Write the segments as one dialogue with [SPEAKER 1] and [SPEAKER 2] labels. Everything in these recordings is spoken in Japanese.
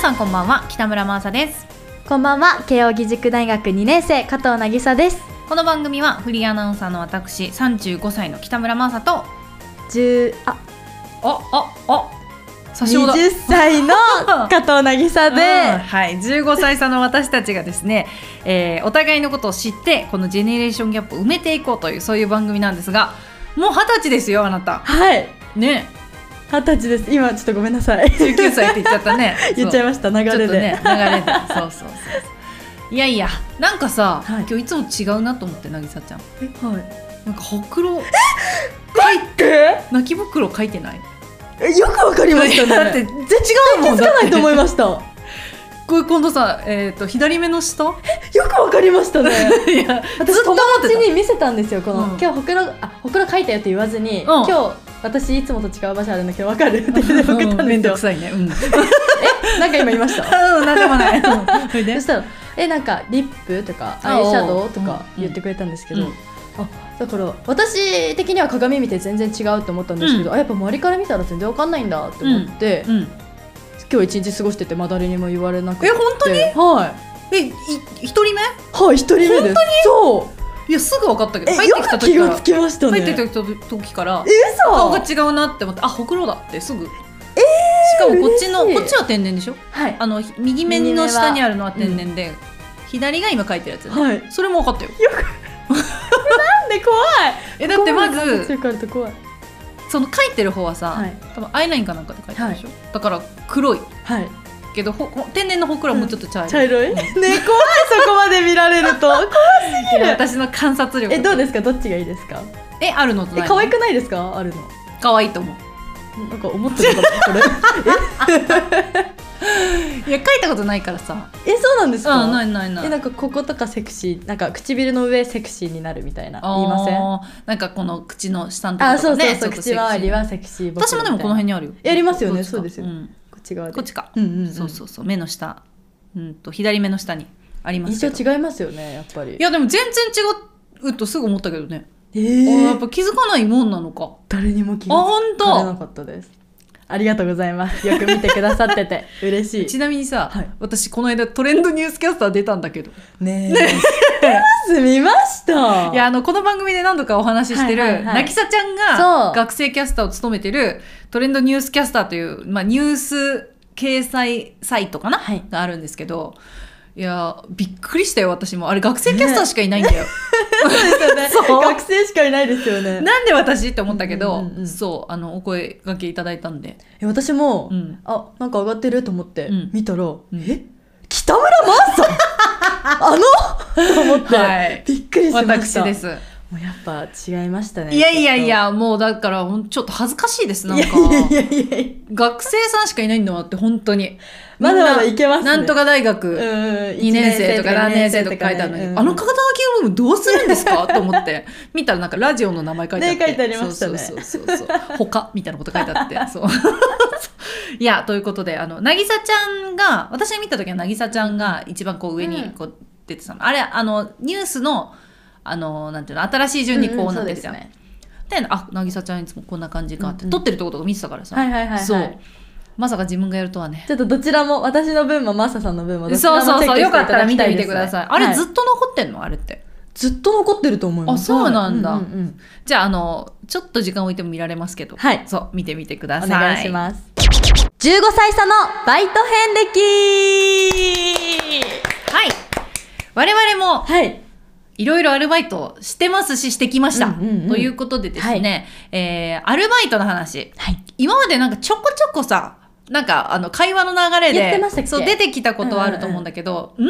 [SPEAKER 1] さんこんばんは北村真麻です
[SPEAKER 2] こんばんは慶應義塾大学2年生加藤渚です
[SPEAKER 1] この番組はフリーアナウンサーの私35歳の北村真麻と
[SPEAKER 2] 10あ
[SPEAKER 1] おおお差し
[SPEAKER 2] 20歳 の加藤渚で、
[SPEAKER 1] うんはい、15歳差の私たちがですね、 えーお互いのことを知ってこのジェネレーションギャップを埋めていこうというそういう番組なんですがもう二十歳ですよあなた
[SPEAKER 2] はい
[SPEAKER 1] ね
[SPEAKER 2] 二十歳です今ちょっとごめんなさい
[SPEAKER 1] 19歳って言っちゃったね
[SPEAKER 2] 言っちゃい
[SPEAKER 1] ま
[SPEAKER 2] ました流れで、
[SPEAKER 1] ちょっとね流れでそうそうそうそういやいやなんかさ、
[SPEAKER 2] はい
[SPEAKER 1] 今日いつも違うなと思って渚ちゃん
[SPEAKER 2] えはい
[SPEAKER 1] なんかほくろ
[SPEAKER 2] え
[SPEAKER 1] 泣き袋書いてない
[SPEAKER 2] えよくわかりましたね
[SPEAKER 1] だって
[SPEAKER 2] 絶対
[SPEAKER 1] 違うもん
[SPEAKER 2] 気づかないと思いましたよ
[SPEAKER 1] これ今度さ、えー、と左目の下
[SPEAKER 2] くわかりましたね
[SPEAKER 1] いや
[SPEAKER 2] 私
[SPEAKER 1] ずっと
[SPEAKER 2] 友
[SPEAKER 1] 思ってた
[SPEAKER 2] 達に見せたんですよこの、
[SPEAKER 1] うん
[SPEAKER 2] 今日ほくろあほくろ書いたよって言わずに、
[SPEAKER 1] ん
[SPEAKER 2] 今日私いつもと違う場所あるんだけどわかるって言って送ったん
[SPEAKER 1] めんど
[SPEAKER 2] で
[SPEAKER 1] く
[SPEAKER 2] すよ、
[SPEAKER 1] さいねうん
[SPEAKER 2] なんか今いました
[SPEAKER 1] なんでもないうんそれで
[SPEAKER 2] そしたら「えなんかリップ?」とか「
[SPEAKER 1] あ
[SPEAKER 2] アイシャドウ?」と
[SPEAKER 1] おう
[SPEAKER 2] か
[SPEAKER 1] うん
[SPEAKER 2] 言ってくれたんですけど、
[SPEAKER 1] うん
[SPEAKER 2] あだから私的には鏡見て全然違うと思ったんですけど、
[SPEAKER 1] う
[SPEAKER 2] あやっぱ周りから見たら全然わかんないんだって思って、
[SPEAKER 1] うん
[SPEAKER 2] 今日一日過ごしててまだれにも言われなくて
[SPEAKER 1] え本当に
[SPEAKER 2] は
[SPEAKER 1] えい一人目
[SPEAKER 2] いはい一人目です本
[SPEAKER 1] いやすぐ分かったけ
[SPEAKER 2] 当
[SPEAKER 1] ど
[SPEAKER 2] にえ
[SPEAKER 1] 入っ
[SPEAKER 2] よ
[SPEAKER 1] てきた
[SPEAKER 2] く
[SPEAKER 1] 時
[SPEAKER 2] 気
[SPEAKER 1] か
[SPEAKER 2] が
[SPEAKER 1] ら
[SPEAKER 2] つきましたね
[SPEAKER 1] 入ってきた時から
[SPEAKER 2] え嘘
[SPEAKER 1] 顔が違うなって思ってあほくろだってすぐしかもこっちの
[SPEAKER 2] 嬉しい
[SPEAKER 1] こっちは天然でしょ
[SPEAKER 2] はい
[SPEAKER 1] あのひ右目の下にあるのは天然で左が今書いてるやつ
[SPEAKER 2] はい
[SPEAKER 1] それも分かったよ
[SPEAKER 2] なんで怖い
[SPEAKER 1] えだってま
[SPEAKER 2] 怖い
[SPEAKER 1] ず
[SPEAKER 2] 中華あると怖い
[SPEAKER 1] その書いてる方はさ、
[SPEAKER 2] はい
[SPEAKER 1] 多分アイラインかなんかで書いてるでしょ、だから黒い
[SPEAKER 2] はい
[SPEAKER 1] けどほほ天然のほくろはもうちょっと茶色
[SPEAKER 2] 茶
[SPEAKER 1] い、
[SPEAKER 2] 色い
[SPEAKER 1] うん
[SPEAKER 2] ね怖いそこまで見られると 怖すぎ
[SPEAKER 1] いや
[SPEAKER 2] る
[SPEAKER 1] 私の観察力
[SPEAKER 2] えどうですかどっちがいいですか
[SPEAKER 1] えあるのと
[SPEAKER 2] え
[SPEAKER 1] ないの
[SPEAKER 2] 可愛くないですかあるの
[SPEAKER 1] 可愛いと思う
[SPEAKER 2] なんか思ってるかもこ
[SPEAKER 1] いや書いたことないからさ
[SPEAKER 2] れえそうなんで
[SPEAKER 1] うん
[SPEAKER 2] すか
[SPEAKER 1] ないないない
[SPEAKER 2] えなんかこことかセクシーなんか唇の上セクシーになるみたいな言いませんあ
[SPEAKER 1] あーなんかこの口の下のとこ
[SPEAKER 2] ー
[SPEAKER 1] ろと
[SPEAKER 2] そ
[SPEAKER 1] か
[SPEAKER 2] うそう
[SPEAKER 1] ね
[SPEAKER 2] そう、
[SPEAKER 1] ちょっとセクシ
[SPEAKER 2] 口
[SPEAKER 1] ー
[SPEAKER 2] 周りはセクシー
[SPEAKER 1] 私もでもこの辺
[SPEAKER 2] に
[SPEAKER 1] にあるよ
[SPEAKER 2] やりますよね
[SPEAKER 1] どっちか
[SPEAKER 2] そうですよね
[SPEAKER 1] ん
[SPEAKER 2] こっち側で
[SPEAKER 1] こっちか
[SPEAKER 2] うんうん、うん、
[SPEAKER 1] そうそうそう目の下うんと左目の下にあります
[SPEAKER 2] 印
[SPEAKER 1] けど
[SPEAKER 2] 象違いますよねやっぱり
[SPEAKER 1] いやでも全然違うとすぐ思ったけどね、
[SPEAKER 2] え
[SPEAKER 1] あーやっ
[SPEAKER 2] ー、
[SPEAKER 1] ぱ気づかないもんなのか
[SPEAKER 2] 誰にも気
[SPEAKER 1] あ
[SPEAKER 2] が
[SPEAKER 1] 本
[SPEAKER 2] つかれな
[SPEAKER 1] 当
[SPEAKER 2] かったですありがとうございますよく見てくださってて嬉し
[SPEAKER 1] ちなみにさ、
[SPEAKER 2] はい
[SPEAKER 1] 私この間トレンドニュースキャスター出たんだけど
[SPEAKER 2] いねえ すみました
[SPEAKER 1] いやあのこの番組で何度かお話ししてる、
[SPEAKER 2] はいはいはい
[SPEAKER 1] なぎさちゃん
[SPEAKER 2] そ
[SPEAKER 1] が
[SPEAKER 2] う
[SPEAKER 1] 学生キャスターを務めてるトレンドニュースキャスターという、まあ、ニュース掲載サイトかな、
[SPEAKER 2] はい
[SPEAKER 1] があるんですけどいやーびっくりしたよ私もあれ学生キャスターしかいないんだよ、そう
[SPEAKER 2] 学生しかいないですよね
[SPEAKER 1] なんで私って思ったけど、
[SPEAKER 2] うんうんうん
[SPEAKER 1] そうあのお声掛けいただいたんで、
[SPEAKER 2] え私も、
[SPEAKER 1] うん
[SPEAKER 2] あなんか上がってると思って、
[SPEAKER 1] うん
[SPEAKER 2] 見たら、
[SPEAKER 1] ん
[SPEAKER 2] え北村真 さんあのと思って、
[SPEAKER 1] はい
[SPEAKER 2] びっくりしました
[SPEAKER 1] 私です
[SPEAKER 2] もうやっぱ違いましたね
[SPEAKER 1] いやいやいやもうだからほんちょっと恥ずかしいです
[SPEAKER 2] ちょ
[SPEAKER 1] な
[SPEAKER 2] っ
[SPEAKER 1] ん
[SPEAKER 2] と
[SPEAKER 1] か
[SPEAKER 2] いやいやいやいや
[SPEAKER 1] 学生さんしかいないんだなって本当に
[SPEAKER 2] まだまだ
[SPEAKER 1] みんない
[SPEAKER 2] けますね
[SPEAKER 1] なんとか大学、2
[SPEAKER 2] 2
[SPEAKER 1] 年生とか何年生とか書いてあるのに、あの肩書きの部分どうするんですかと 思って見たらなんかラジオの名前書いてあって、
[SPEAKER 2] ね書いてありましたね
[SPEAKER 1] そうそうそうそう他みたいなこと書いてあってそういやということであの渚ちゃんが私が見た時は渚ちゃんが一番こう上にこう出てたの、あれあのニュースのあのなんていうの新しい順にこうなってるじゃん、
[SPEAKER 2] うんうんそうですね
[SPEAKER 1] であ渚ちゃんいつもこんな感じかって、
[SPEAKER 2] うんうん
[SPEAKER 1] 撮ってるとことか見てたからさ、
[SPEAKER 2] はいはいはいはい
[SPEAKER 1] そうまさか自分がやるとはね
[SPEAKER 2] ちょっとどちらも私の分もマサさんの分もどちら
[SPEAKER 1] そう
[SPEAKER 2] も
[SPEAKER 1] そう
[SPEAKER 2] チェックしてい
[SPEAKER 1] そうよか
[SPEAKER 2] だ
[SPEAKER 1] っ
[SPEAKER 2] き
[SPEAKER 1] たら見て
[SPEAKER 2] い
[SPEAKER 1] み
[SPEAKER 2] で
[SPEAKER 1] て
[SPEAKER 2] す
[SPEAKER 1] く
[SPEAKER 2] ね
[SPEAKER 1] ださいあ
[SPEAKER 2] は
[SPEAKER 1] れずっと残ってんのあれって
[SPEAKER 2] ずっと残ってると思います
[SPEAKER 1] あそうなんだ
[SPEAKER 2] うううん
[SPEAKER 1] じゃああのちょっと時間置いても見られますけど
[SPEAKER 2] はい
[SPEAKER 1] そう見てみてくださ
[SPEAKER 2] お
[SPEAKER 1] い
[SPEAKER 2] 願いします15歳差のバイト遍歴
[SPEAKER 1] すはい我々も
[SPEAKER 2] はい
[SPEAKER 1] いろいろアルバイトしてますししてきました、
[SPEAKER 2] うんうんうん
[SPEAKER 1] ということでですね、えーアルバイトの話
[SPEAKER 2] はい
[SPEAKER 1] 今までなんかちょこちょこさなんかあの会話の流れ
[SPEAKER 2] 言ってましたっけ
[SPEAKER 1] でそう出てきたことはあると思うんだけど、ん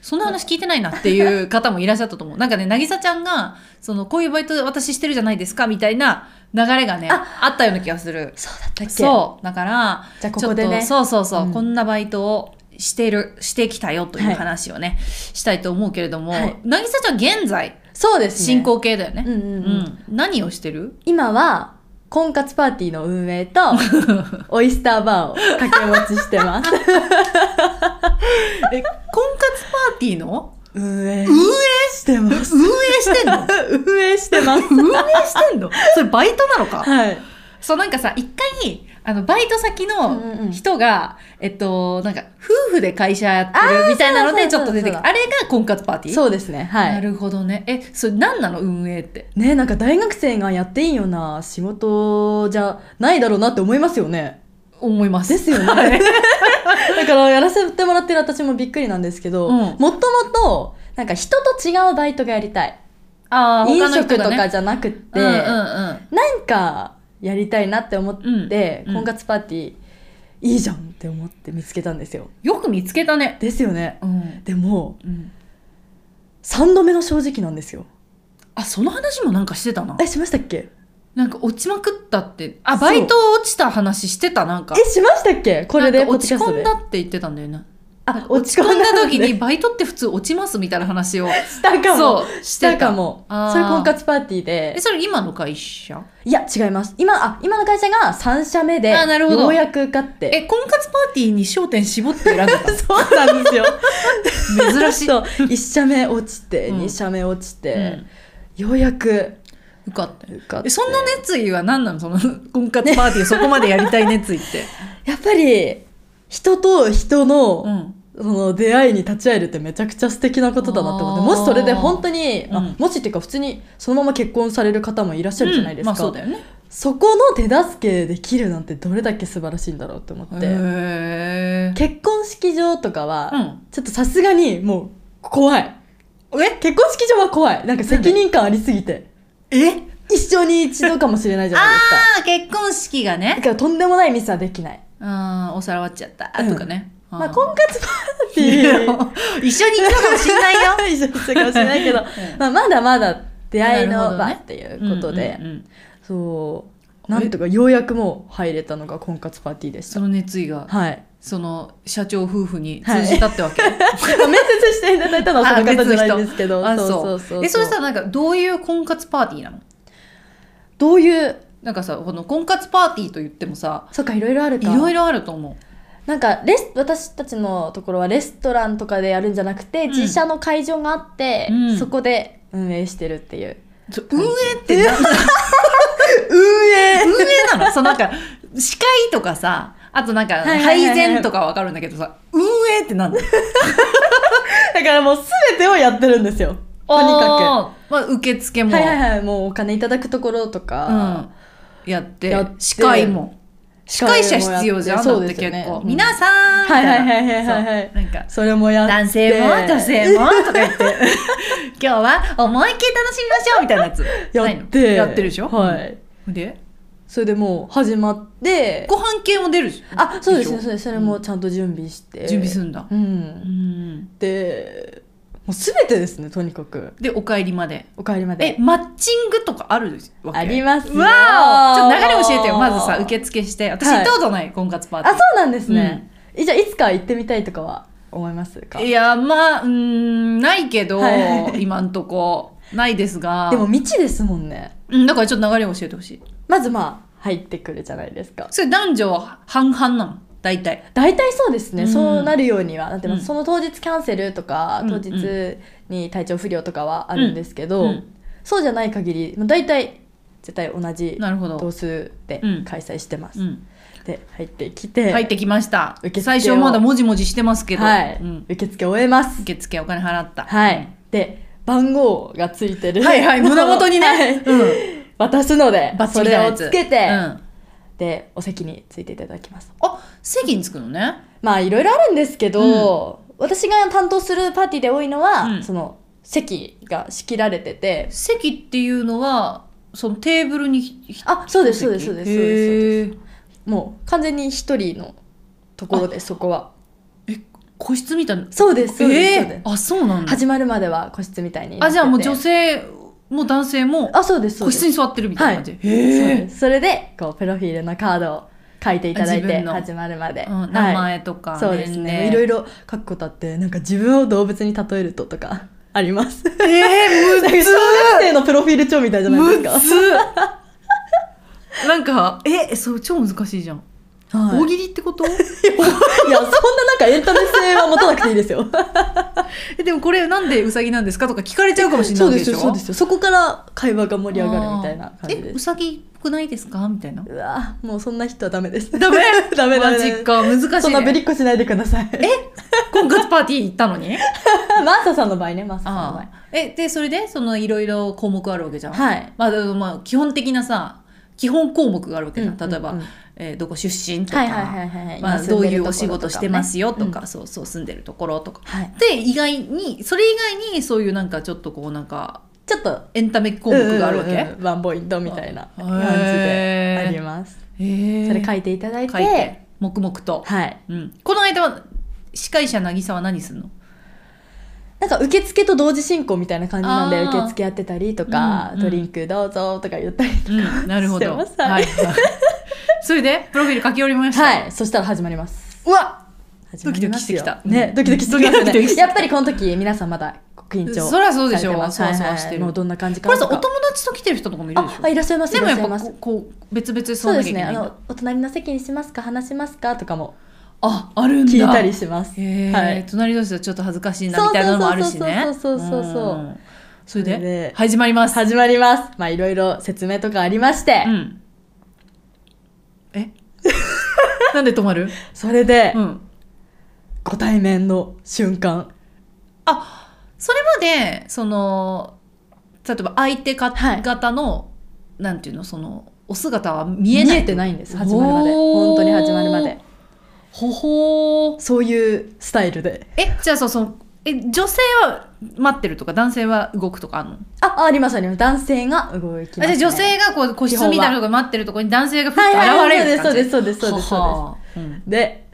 [SPEAKER 1] そんな話聞いてないなっていう方もいらっしゃったと思う。なんかね、渚ちゃんが、その、こういうバイト私してるじゃないですか、みたいな流れがね、あ
[SPEAKER 2] あ
[SPEAKER 1] ったような気がする。
[SPEAKER 2] そうだったっけ
[SPEAKER 1] そう。だから、
[SPEAKER 2] じゃあここでね
[SPEAKER 1] ちょっとそうそうそう、
[SPEAKER 2] うん
[SPEAKER 1] こんなバイトをしてる、してきたよとい
[SPEAKER 2] は
[SPEAKER 1] う
[SPEAKER 2] い
[SPEAKER 1] 話をね、したいと思うけれども、
[SPEAKER 2] はい
[SPEAKER 1] 渚ちゃん現在、
[SPEAKER 2] そうですね
[SPEAKER 1] 進行形だよね。
[SPEAKER 2] うんうんうん
[SPEAKER 1] 何をしてる
[SPEAKER 2] 今は婚活パーティーの運営 とオイスターバーを掛け持ちしてます
[SPEAKER 1] え、婚活パーティーの
[SPEAKER 2] 運営運営してま
[SPEAKER 1] 運営してんの
[SPEAKER 2] 運営してます
[SPEAKER 1] 運営してんのそれバイトなのか
[SPEAKER 2] はい
[SPEAKER 1] そうなんかさ一回あのバイト先
[SPEAKER 2] うんうんう
[SPEAKER 1] の
[SPEAKER 2] ん
[SPEAKER 1] 人が、えっとなんか夫婦で会社やってるみたいなの
[SPEAKER 2] あ
[SPEAKER 1] で
[SPEAKER 2] ー
[SPEAKER 1] ち
[SPEAKER 2] そう
[SPEAKER 1] ょ
[SPEAKER 2] そ
[SPEAKER 1] っ
[SPEAKER 2] う
[SPEAKER 1] と
[SPEAKER 2] そうそう
[SPEAKER 1] 出てきてあれが婚活パーティー
[SPEAKER 2] そうですねは
[SPEAKER 1] ないるほどねえそれ何なの運営って
[SPEAKER 2] ねなんか大学生がやっていいような仕事じゃないだろうなって思いますよね
[SPEAKER 1] 思います
[SPEAKER 2] ですよね
[SPEAKER 1] はい
[SPEAKER 2] だからやらせてもらってる私もびっくりなんですけど、
[SPEAKER 1] うん
[SPEAKER 2] もともとなんか人と違うバイトがやりたい
[SPEAKER 1] あー
[SPEAKER 2] 飲
[SPEAKER 1] 他の
[SPEAKER 2] 食
[SPEAKER 1] 人
[SPEAKER 2] と
[SPEAKER 1] がね
[SPEAKER 2] かじゃなくって、
[SPEAKER 1] うんうんうん
[SPEAKER 2] なんかやりたいなって思って、
[SPEAKER 1] うんう
[SPEAKER 2] 婚
[SPEAKER 1] ん
[SPEAKER 2] 活パーティーいいじゃんって思って見つけたんですよ
[SPEAKER 1] よく見つけたね
[SPEAKER 2] ですよね
[SPEAKER 1] うん、
[SPEAKER 2] でも
[SPEAKER 1] うん、
[SPEAKER 2] 3度目の正直なんですよ
[SPEAKER 1] あその話もなんかしてたな
[SPEAKER 2] えしましたっけ
[SPEAKER 1] なんか落ちまくったってあ
[SPEAKER 2] そう
[SPEAKER 1] バイト落ちた話してたなんか
[SPEAKER 2] えしましたっけこれで
[SPEAKER 1] なん
[SPEAKER 2] ポ
[SPEAKER 1] か
[SPEAKER 2] ッド
[SPEAKER 1] 落ち
[SPEAKER 2] キャスト
[SPEAKER 1] 込ん
[SPEAKER 2] で
[SPEAKER 1] だって言ってたんだよね
[SPEAKER 2] あ
[SPEAKER 1] 落ち込んだ
[SPEAKER 2] 落ち
[SPEAKER 1] 時に
[SPEAKER 2] 込んだ
[SPEAKER 1] バイトって普通落ちますみたいな 話を
[SPEAKER 2] したかも
[SPEAKER 1] そうし
[SPEAKER 2] してた
[SPEAKER 1] た
[SPEAKER 2] かも
[SPEAKER 1] あー
[SPEAKER 2] それ婚活パーティーで
[SPEAKER 1] えそれ今の会社
[SPEAKER 2] いや違います今あ今の会社が3社目で
[SPEAKER 1] あなるほど
[SPEAKER 2] ようやく受かって
[SPEAKER 1] え婚活パーティーに焦点絞って選んで
[SPEAKER 2] そうなんですよ
[SPEAKER 1] た珍しい、
[SPEAKER 2] そう1社目落ちて、
[SPEAKER 1] うん
[SPEAKER 2] 2社目落ち
[SPEAKER 1] う
[SPEAKER 2] て、
[SPEAKER 1] ん
[SPEAKER 2] ようやく
[SPEAKER 1] 受かったよ
[SPEAKER 2] 受かって
[SPEAKER 1] えそんな熱意は何なのそ の婚活パーティーそこまでやりたい熱意 って、
[SPEAKER 2] やっぱり人と人の、
[SPEAKER 1] ん、
[SPEAKER 2] その出会いに立ち会えるってめちゃくちゃ素敵なことだなって思って
[SPEAKER 1] あー
[SPEAKER 2] もしそれで本当に、あ
[SPEAKER 1] うん
[SPEAKER 2] もしっていうか普通にそのまま結婚される方もいらっしゃるじゃないですか、
[SPEAKER 1] うんまあそうだよね
[SPEAKER 2] そこの手助けできるなんてどれだけ素晴らしいんだろうって思って、
[SPEAKER 1] へ
[SPEAKER 2] 結婚式場とかは、
[SPEAKER 1] ーうん
[SPEAKER 2] ちょっとさすがにもう怖い
[SPEAKER 1] え
[SPEAKER 2] 結婚式場は怖いなんか責任感ありすぎて
[SPEAKER 1] え
[SPEAKER 2] 一生に一度かもしれないじゃないですか
[SPEAKER 1] ああ結婚式が
[SPEAKER 2] だ
[SPEAKER 1] ね
[SPEAKER 2] からとんでもないミスはできない
[SPEAKER 1] あーお皿割っちゃった
[SPEAKER 2] うん
[SPEAKER 1] とかね、
[SPEAKER 2] まあ
[SPEAKER 1] ー
[SPEAKER 2] 婚活パーテ
[SPEAKER 1] い
[SPEAKER 2] ィ
[SPEAKER 1] や
[SPEAKER 2] ー
[SPEAKER 1] 一緒に行ったかもしんないよ
[SPEAKER 2] 一 緒にしたかもしれないけど、
[SPEAKER 1] ん
[SPEAKER 2] まあ、まだまだ出会いの
[SPEAKER 1] な
[SPEAKER 2] 場
[SPEAKER 1] るほ
[SPEAKER 2] っていうことで、
[SPEAKER 1] うんうんうん
[SPEAKER 2] そうなんとかようやくもう入れたのが婚活パーティーでし
[SPEAKER 1] そ
[SPEAKER 2] た
[SPEAKER 1] の熱意が
[SPEAKER 2] はい
[SPEAKER 1] その社長夫婦に通じたってわけ、
[SPEAKER 2] 面接していただいたのはその方じゃないんですけど
[SPEAKER 1] あ
[SPEAKER 2] そう
[SPEAKER 1] そ
[SPEAKER 2] そううそう
[SPEAKER 1] えそれさなんかどういう婚活パーティーなの
[SPEAKER 2] どういう
[SPEAKER 1] なんかさこの婚活パーティーと言ってもさ
[SPEAKER 2] そうかいろいろある
[SPEAKER 1] い
[SPEAKER 2] か
[SPEAKER 1] ろいろあると思
[SPEAKER 2] なんかレス私たちのところはレストランとかでやるんじゃなくて、
[SPEAKER 1] ん
[SPEAKER 2] 自社の会場があって、
[SPEAKER 1] うん
[SPEAKER 2] そこで運営してるっていう
[SPEAKER 1] うちょ運営ってな
[SPEAKER 2] 運営
[SPEAKER 1] 運営なのそうなんか 司会とかさあとなんか
[SPEAKER 2] はいはいはいはい
[SPEAKER 1] 配膳とかわかるんだけどさ運営ってなんだ
[SPEAKER 2] だからもう全てをやってるんですよとにか
[SPEAKER 1] く、まあ、受付
[SPEAKER 2] く
[SPEAKER 1] も
[SPEAKER 2] はいはいはいもうお金いただくところとか、
[SPEAKER 1] うん、やって
[SPEAKER 2] やって
[SPEAKER 1] 司会も司会者必要じゃんだ
[SPEAKER 2] そう
[SPEAKER 1] っ
[SPEAKER 2] で
[SPEAKER 1] て
[SPEAKER 2] すよ
[SPEAKER 1] 結
[SPEAKER 2] ね
[SPEAKER 1] 構、
[SPEAKER 2] うん
[SPEAKER 1] 皆さんみ
[SPEAKER 2] は
[SPEAKER 1] た
[SPEAKER 2] いはいはいいはい
[SPEAKER 1] な
[SPEAKER 2] はいは
[SPEAKER 1] そう
[SPEAKER 2] い
[SPEAKER 1] なんか
[SPEAKER 2] それもやって
[SPEAKER 1] 男性も女 性もとか言って今日は思いっきり楽しみましょうみたいなやつ
[SPEAKER 2] や
[SPEAKER 1] ない
[SPEAKER 2] っ
[SPEAKER 1] の
[SPEAKER 2] て
[SPEAKER 1] やってるでしょ
[SPEAKER 2] はい
[SPEAKER 1] で
[SPEAKER 2] それでもう始まって
[SPEAKER 1] ご飯系も出るじゃん
[SPEAKER 2] あそうですね
[SPEAKER 1] しょ
[SPEAKER 2] そうですそれもちゃんと準備して、
[SPEAKER 1] 準備す
[SPEAKER 2] る
[SPEAKER 1] るんだ
[SPEAKER 2] う
[SPEAKER 1] うんん
[SPEAKER 2] でもう全てですねとにかく
[SPEAKER 1] でお帰りまで
[SPEAKER 2] お帰りま
[SPEAKER 1] え
[SPEAKER 2] で
[SPEAKER 1] マッチングとかあるわけ
[SPEAKER 2] ありますよ
[SPEAKER 1] わおちょっと流れ教えてよまずさ受付して私
[SPEAKER 2] はい
[SPEAKER 1] 行ったことない、婚活パーテ
[SPEAKER 2] あ
[SPEAKER 1] ィー
[SPEAKER 2] そうなんですね、えじゃあいつか行ってみたいとかは思いますか
[SPEAKER 1] いやまあうーんないけど、
[SPEAKER 2] はい
[SPEAKER 1] 今んとこないですが
[SPEAKER 2] でも道ですもんね
[SPEAKER 1] うんだからちょっと流れを教えてほしい
[SPEAKER 2] まずまあ入ってくるじゃないですか
[SPEAKER 1] それ男女半々なの大体
[SPEAKER 2] 大体そうですね、
[SPEAKER 1] うん
[SPEAKER 2] そうなるようにはなってます、
[SPEAKER 1] うん
[SPEAKER 2] その当日キャンセルとか
[SPEAKER 1] うん
[SPEAKER 2] 当日に体調不良とかはあるんですけど、
[SPEAKER 1] うんうん
[SPEAKER 2] そうじゃない限りまあ大体絶対同じ
[SPEAKER 1] なるほ
[SPEAKER 2] 同
[SPEAKER 1] ど、
[SPEAKER 2] 数で
[SPEAKER 1] うん
[SPEAKER 2] 開催してます、
[SPEAKER 1] うん、
[SPEAKER 2] で入ってきて、
[SPEAKER 1] 入ってきました
[SPEAKER 2] 受付を
[SPEAKER 1] 最初まだもじもじしてますけど、
[SPEAKER 2] はい
[SPEAKER 1] うん、
[SPEAKER 2] 受付終えます
[SPEAKER 1] 受付お金払った
[SPEAKER 2] はいで番号がついてる
[SPEAKER 1] はいはい胸元に ね、
[SPEAKER 2] はい
[SPEAKER 1] うん、
[SPEAKER 2] 渡すので
[SPEAKER 1] バッチ
[SPEAKER 2] そ
[SPEAKER 1] みたい
[SPEAKER 2] れ
[SPEAKER 1] な
[SPEAKER 2] を
[SPEAKER 1] やつ
[SPEAKER 2] つけて、
[SPEAKER 1] うん、
[SPEAKER 2] でお席についていただきます
[SPEAKER 1] あ席に着くのね
[SPEAKER 2] まあいろいろあるんですけど、私が担当するパーティーで多いのは、
[SPEAKER 1] うん
[SPEAKER 2] その席が仕切られてて
[SPEAKER 1] 席っていうのはそのテーブルにひ
[SPEAKER 2] あそうですそうですそうですそうです
[SPEAKER 1] へー
[SPEAKER 2] もう完全に一人のところですそこは
[SPEAKER 1] 個室みたいな
[SPEAKER 2] そうですそうです、そう
[SPEAKER 1] え
[SPEAKER 2] で
[SPEAKER 1] ー、あそうなん
[SPEAKER 2] す
[SPEAKER 1] だ
[SPEAKER 2] 始まるまでは個室みたいになって
[SPEAKER 1] あ
[SPEAKER 2] て
[SPEAKER 1] じゃあもう女性も男性も
[SPEAKER 2] あそうですそう
[SPEAKER 1] 個
[SPEAKER 2] です
[SPEAKER 1] 室に座ってるみたいな感じ、
[SPEAKER 2] そう
[SPEAKER 1] へ
[SPEAKER 2] ですそれでこうプロフィールのカードを書いていただい
[SPEAKER 1] 自
[SPEAKER 2] て
[SPEAKER 1] 分の
[SPEAKER 2] 始まるまで、
[SPEAKER 1] うん、
[SPEAKER 2] はい
[SPEAKER 1] 名前とか
[SPEAKER 2] そうです
[SPEAKER 1] 年
[SPEAKER 2] ね
[SPEAKER 1] 齢
[SPEAKER 2] いろいろ書くことあってなんか自分を動物に例えるととかありますなんか
[SPEAKER 1] え
[SPEAKER 2] 小学生のプロフィール帳みたいじゃないですか
[SPEAKER 1] むずなんかえそう超難しいじゃん
[SPEAKER 2] はい
[SPEAKER 1] 大喜利ってこと
[SPEAKER 2] いやそんななんかエンタメ性は持たなくていいですよ
[SPEAKER 1] えでもこれなんでウサギなんですかとか聞かれちゃうかもしれ
[SPEAKER 2] そ
[SPEAKER 1] な
[SPEAKER 2] う
[SPEAKER 1] い
[SPEAKER 2] で
[SPEAKER 1] ですしょ
[SPEAKER 2] よそうですよそこから会話が盛り上がるみたいな感じ
[SPEAKER 1] あーえ
[SPEAKER 2] で
[SPEAKER 1] ウ
[SPEAKER 2] す
[SPEAKER 1] サギっぽくないですかみたいな
[SPEAKER 2] うわもうそんな人はダメです
[SPEAKER 1] ダメ
[SPEAKER 2] ダメダメ
[SPEAKER 1] マジか難しい、ね、
[SPEAKER 2] そんなぶりっこしないでくださいえ
[SPEAKER 1] 婚活パーティー行った のに
[SPEAKER 2] マーサさんの場合ねマーサさんの場合
[SPEAKER 1] ああえでそれでそのいろいろ項目あるわけじゃん、
[SPEAKER 2] はい
[SPEAKER 1] まあ、でもまあ基本的なさ基本項目があるわけじゃん、
[SPEAKER 2] うんうんうん
[SPEAKER 1] 例えば、えーどこ出身とか、
[SPEAKER 2] はいはいはいはいはい
[SPEAKER 1] まあ、
[SPEAKER 2] 今
[SPEAKER 1] ど
[SPEAKER 2] 住ん
[SPEAKER 1] う
[SPEAKER 2] で
[SPEAKER 1] い
[SPEAKER 2] る
[SPEAKER 1] うお仕事してますよ
[SPEAKER 2] とこ
[SPEAKER 1] とか、
[SPEAKER 2] ろとかね
[SPEAKER 1] そうそう住んでるところとか
[SPEAKER 2] うんはい
[SPEAKER 1] で意外にそれ以外にそういうなんかちょっとこうなんか
[SPEAKER 2] ちょっと
[SPEAKER 1] エンタメ項目があるわけ、
[SPEAKER 2] うんうんうんワンポイントみたいな
[SPEAKER 1] あ
[SPEAKER 2] 感じで
[SPEAKER 1] へー
[SPEAKER 2] あります
[SPEAKER 1] へえ
[SPEAKER 2] それ書いていただいて
[SPEAKER 1] 書いて黙々と、
[SPEAKER 2] はい
[SPEAKER 1] うん、この間は司会者渚は何するの
[SPEAKER 2] なんか受付と同時進行みたいな感じなんで
[SPEAKER 1] あー
[SPEAKER 2] 受付やってたりとか、
[SPEAKER 1] うんうん
[SPEAKER 2] ドリンクどうぞとか言ったりとか、
[SPEAKER 1] うん、なるほど。
[SPEAKER 2] してますはい、
[SPEAKER 1] それで、プロフィール書き終わりました。
[SPEAKER 2] はいそしたら始まります
[SPEAKER 1] うわ
[SPEAKER 2] 始まりますよ
[SPEAKER 1] ドキドキしてきた
[SPEAKER 2] ねドキドキしてきます
[SPEAKER 1] ドキド
[SPEAKER 2] ね
[SPEAKER 1] キしてきた
[SPEAKER 2] やっぱりこの時皆さんまだ緊張
[SPEAKER 1] そりゃそうでしょう
[SPEAKER 2] されてますはい
[SPEAKER 1] そわそ
[SPEAKER 2] は
[SPEAKER 1] わして
[SPEAKER 2] い
[SPEAKER 1] る
[SPEAKER 2] もうどんな感じか
[SPEAKER 1] これさ、お
[SPEAKER 2] とか
[SPEAKER 1] 友達と来てる人とかもいるでし
[SPEAKER 2] ああいらっしゃいま
[SPEAKER 1] ょ
[SPEAKER 2] す
[SPEAKER 1] でもやっ
[SPEAKER 2] いら
[SPEAKER 1] ぱ
[SPEAKER 2] っしゃい
[SPEAKER 1] こ
[SPEAKER 2] ます
[SPEAKER 1] う、こう別々でそ
[SPEAKER 2] そうう
[SPEAKER 1] な
[SPEAKER 2] です
[SPEAKER 1] きゃいけ
[SPEAKER 2] ね
[SPEAKER 1] な
[SPEAKER 2] あ
[SPEAKER 1] いんだ
[SPEAKER 2] のお隣の席にしますか話しますかとかも
[SPEAKER 1] あ、あるんだ。
[SPEAKER 2] 聞いたりします
[SPEAKER 1] へえ、
[SPEAKER 2] はい
[SPEAKER 1] 隣同士はちょっと恥ずかしいなみたいなのもあるしね。
[SPEAKER 2] そうそうそうそうそうそうそうん
[SPEAKER 1] それ
[SPEAKER 2] それ
[SPEAKER 1] で
[SPEAKER 2] で、
[SPEAKER 1] 始まります。
[SPEAKER 2] 始まりますまあいろいろ説明とかありまして、
[SPEAKER 1] うん。 えなんで止まる
[SPEAKER 2] それで、
[SPEAKER 1] うん。
[SPEAKER 2] ご対面の瞬間
[SPEAKER 1] あそれまでその例えば相手か、
[SPEAKER 2] はい
[SPEAKER 1] 方のなんていうのそのお姿は見えない
[SPEAKER 2] てないんです始まるまで本当に始まるまで
[SPEAKER 1] ほほー
[SPEAKER 2] そういうスタイルで
[SPEAKER 1] えじゃあそうそのえ女性は待ってるとか男性は動くとかあんの
[SPEAKER 2] あありますあります男性が動き
[SPEAKER 1] あ
[SPEAKER 2] ます、
[SPEAKER 1] じゃ
[SPEAKER 2] ね、
[SPEAKER 1] あ女性がこう個室
[SPEAKER 2] 基本は
[SPEAKER 1] みたいなのが待ってるところに男性がふっと
[SPEAKER 2] はいはい
[SPEAKER 1] 現れ
[SPEAKER 2] はい
[SPEAKER 1] るって
[SPEAKER 2] そ
[SPEAKER 1] 感
[SPEAKER 2] う
[SPEAKER 1] じ
[SPEAKER 2] ですそうですそうですそうですそう
[SPEAKER 1] ははうん
[SPEAKER 2] ですで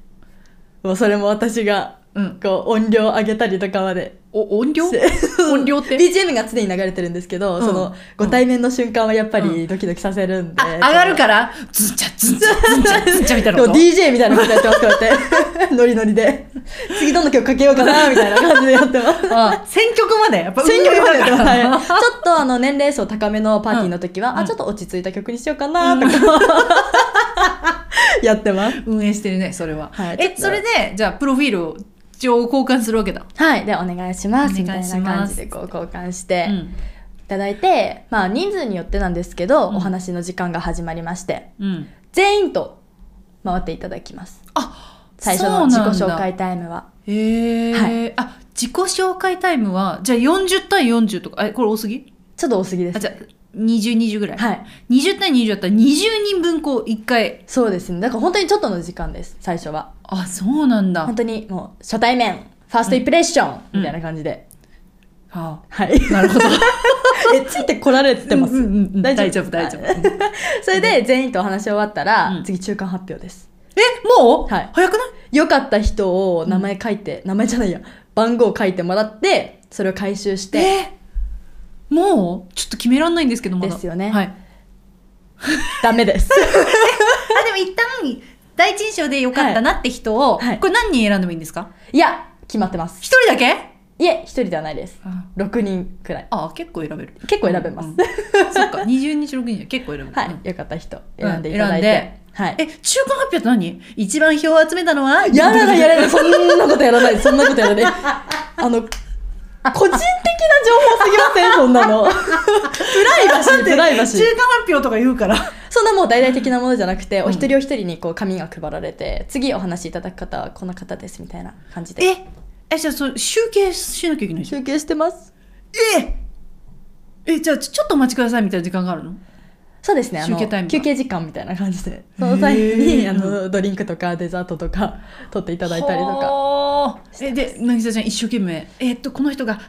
[SPEAKER 2] もうそれも私が
[SPEAKER 1] うん
[SPEAKER 2] こう音量上げたりとかま で
[SPEAKER 1] お音量
[SPEAKER 2] して
[SPEAKER 1] 音量って
[SPEAKER 2] BGM が常に流れてるんですけど、
[SPEAKER 1] うん
[SPEAKER 2] そのご対面の瞬間はやっぱ
[SPEAKER 1] う
[SPEAKER 2] りドキドキさせるんで、
[SPEAKER 1] あ上がるからズンチャズンチャズン チャズンチャみたいな
[SPEAKER 2] こ
[SPEAKER 1] こ
[SPEAKER 2] う
[SPEAKER 1] と
[SPEAKER 2] DJ みたいなことやってますこうやって ノリノリで次どの曲かけようかなみたいな感じでやって ます
[SPEAKER 1] あ選曲までやっぱ
[SPEAKER 2] 選曲までやってます、
[SPEAKER 1] 上だから
[SPEAKER 2] はいちょっとあの年齢層高めのパーティーの時は、
[SPEAKER 1] うん
[SPEAKER 2] あちょっと落ち着いた曲にしようかなとか、 やってます
[SPEAKER 1] 運営してるねそれは、
[SPEAKER 2] はいちょっ
[SPEAKER 1] え
[SPEAKER 2] と
[SPEAKER 1] それでじゃあプロフィールを一応交換するわけだ、
[SPEAKER 2] はいでお願いします
[SPEAKER 1] お
[SPEAKER 2] みた
[SPEAKER 1] 願い
[SPEAKER 2] い
[SPEAKER 1] します
[SPEAKER 2] な感じでこう交換して
[SPEAKER 1] うん
[SPEAKER 2] いただいて、まあ人数によってなんですけど、
[SPEAKER 1] うん
[SPEAKER 2] お話の時間が始まりまして
[SPEAKER 1] うん、
[SPEAKER 2] 全員と回っていただきます
[SPEAKER 1] あ
[SPEAKER 2] 最初の自己
[SPEAKER 1] そ
[SPEAKER 2] 紹
[SPEAKER 1] うなんだ
[SPEAKER 2] 介タイムは
[SPEAKER 1] へ
[SPEAKER 2] は
[SPEAKER 1] え、あ自己紹介タイムはじゃあ40対40とかえこれ多すぎ
[SPEAKER 2] ちょっと多すぎで
[SPEAKER 1] あ
[SPEAKER 2] す
[SPEAKER 1] じゃあ2020ぐらい、
[SPEAKER 2] はい
[SPEAKER 1] い、20対20だったら20人分こう1回
[SPEAKER 2] そうですねだから本当にちょっとの時間です最初は
[SPEAKER 1] あそうなんだ
[SPEAKER 2] 本当にもう初対面ファーストインプレッション、
[SPEAKER 1] うん
[SPEAKER 2] みたいな感じで、
[SPEAKER 1] あ
[SPEAKER 2] はい
[SPEAKER 1] なるほど
[SPEAKER 2] えついてこられてます、
[SPEAKER 1] うんうんうん大
[SPEAKER 2] 大
[SPEAKER 1] 丈
[SPEAKER 2] 丈
[SPEAKER 1] 夫
[SPEAKER 2] 夫
[SPEAKER 1] 大丈夫、
[SPEAKER 2] は
[SPEAKER 1] うん
[SPEAKER 2] それで全員とお話し終わったら、
[SPEAKER 1] うん
[SPEAKER 2] 次中間発表です
[SPEAKER 1] えもう、
[SPEAKER 2] はい
[SPEAKER 1] 早くない
[SPEAKER 2] 良かった人を名前書いて、名前じゃないや番号書いてもらってそれを回収して
[SPEAKER 1] えもうちょっと決めらんないんですけどまだ
[SPEAKER 2] ですよね
[SPEAKER 1] はい
[SPEAKER 2] ダメです
[SPEAKER 1] あでも一旦第一印象で良かったなって人を、
[SPEAKER 2] はいはい
[SPEAKER 1] これ何人選んでもいいんですか
[SPEAKER 2] いや決まってます
[SPEAKER 1] 一人だけ
[SPEAKER 2] いえ一人ではないです
[SPEAKER 1] あ
[SPEAKER 2] 6人くらい
[SPEAKER 1] あ結構選べる
[SPEAKER 2] 結構選べます
[SPEAKER 1] うんうんそっか20日6人結構選べる、
[SPEAKER 2] はい、
[SPEAKER 1] うん
[SPEAKER 2] 良かった人選んでいただいて、はい
[SPEAKER 1] え中間発表って何一番票を集めたの は
[SPEAKER 2] やらないやらないそんなことやらないそんなことやらないあの個人的な情報すぎませんそんなのプライバシープライバシー
[SPEAKER 1] 中間発表とか言うから
[SPEAKER 2] そんなもう大々的なものじゃなくて、
[SPEAKER 1] ん
[SPEAKER 2] お一人お一人にこう紙が配られて次お話しいただく方はこの方ですみたいな感じで
[SPEAKER 1] ええじゃあそう集計しなきゃいけないじゃん
[SPEAKER 2] 集計してます
[SPEAKER 1] ええじゃあちょちょっとお待ちくださいみたいな時間があるの
[SPEAKER 2] そうですねあの
[SPEAKER 1] 集計タイムが
[SPEAKER 2] 休憩時間みたいな感じでそ
[SPEAKER 1] へー
[SPEAKER 2] の際にあのドリンクとかデザートとか取っていただいたりとか
[SPEAKER 1] か
[SPEAKER 2] して
[SPEAKER 1] え
[SPEAKER 2] ます
[SPEAKER 1] で渚ちゃん一生懸命えーっとこの人が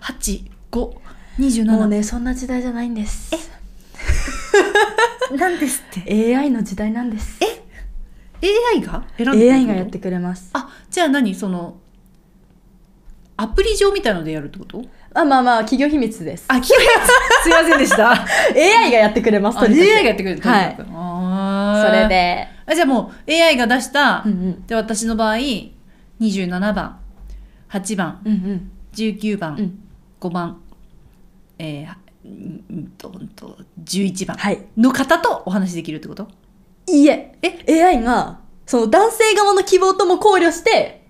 [SPEAKER 1] 8527
[SPEAKER 2] もうねそんな時代じゃないんです
[SPEAKER 1] なんですって
[SPEAKER 2] AI の時代なんです
[SPEAKER 1] AI が選んでくれる
[SPEAKER 2] AI がやってくれます
[SPEAKER 1] あじゃあ何そのアプリ上みたいのでやるってこと
[SPEAKER 2] あまあまあ企業秘密です
[SPEAKER 1] あ聞いたすいませんでした
[SPEAKER 2] AI がやってくれますと
[SPEAKER 1] AI
[SPEAKER 2] にかく
[SPEAKER 1] がやってくれるとにかく、
[SPEAKER 2] そ
[SPEAKER 1] は
[SPEAKER 2] れで、
[SPEAKER 1] あじゃあもう AI が出した、
[SPEAKER 2] うんうん
[SPEAKER 1] で私の場合27番8番
[SPEAKER 2] うんうん
[SPEAKER 1] 19番、
[SPEAKER 2] うん
[SPEAKER 1] 5番えーうんうんとうんと11番
[SPEAKER 2] はい
[SPEAKER 1] の方とお話しできるってこと
[SPEAKER 2] いいえ
[SPEAKER 1] え
[SPEAKER 2] AI がその男性側の希望とも考慮して、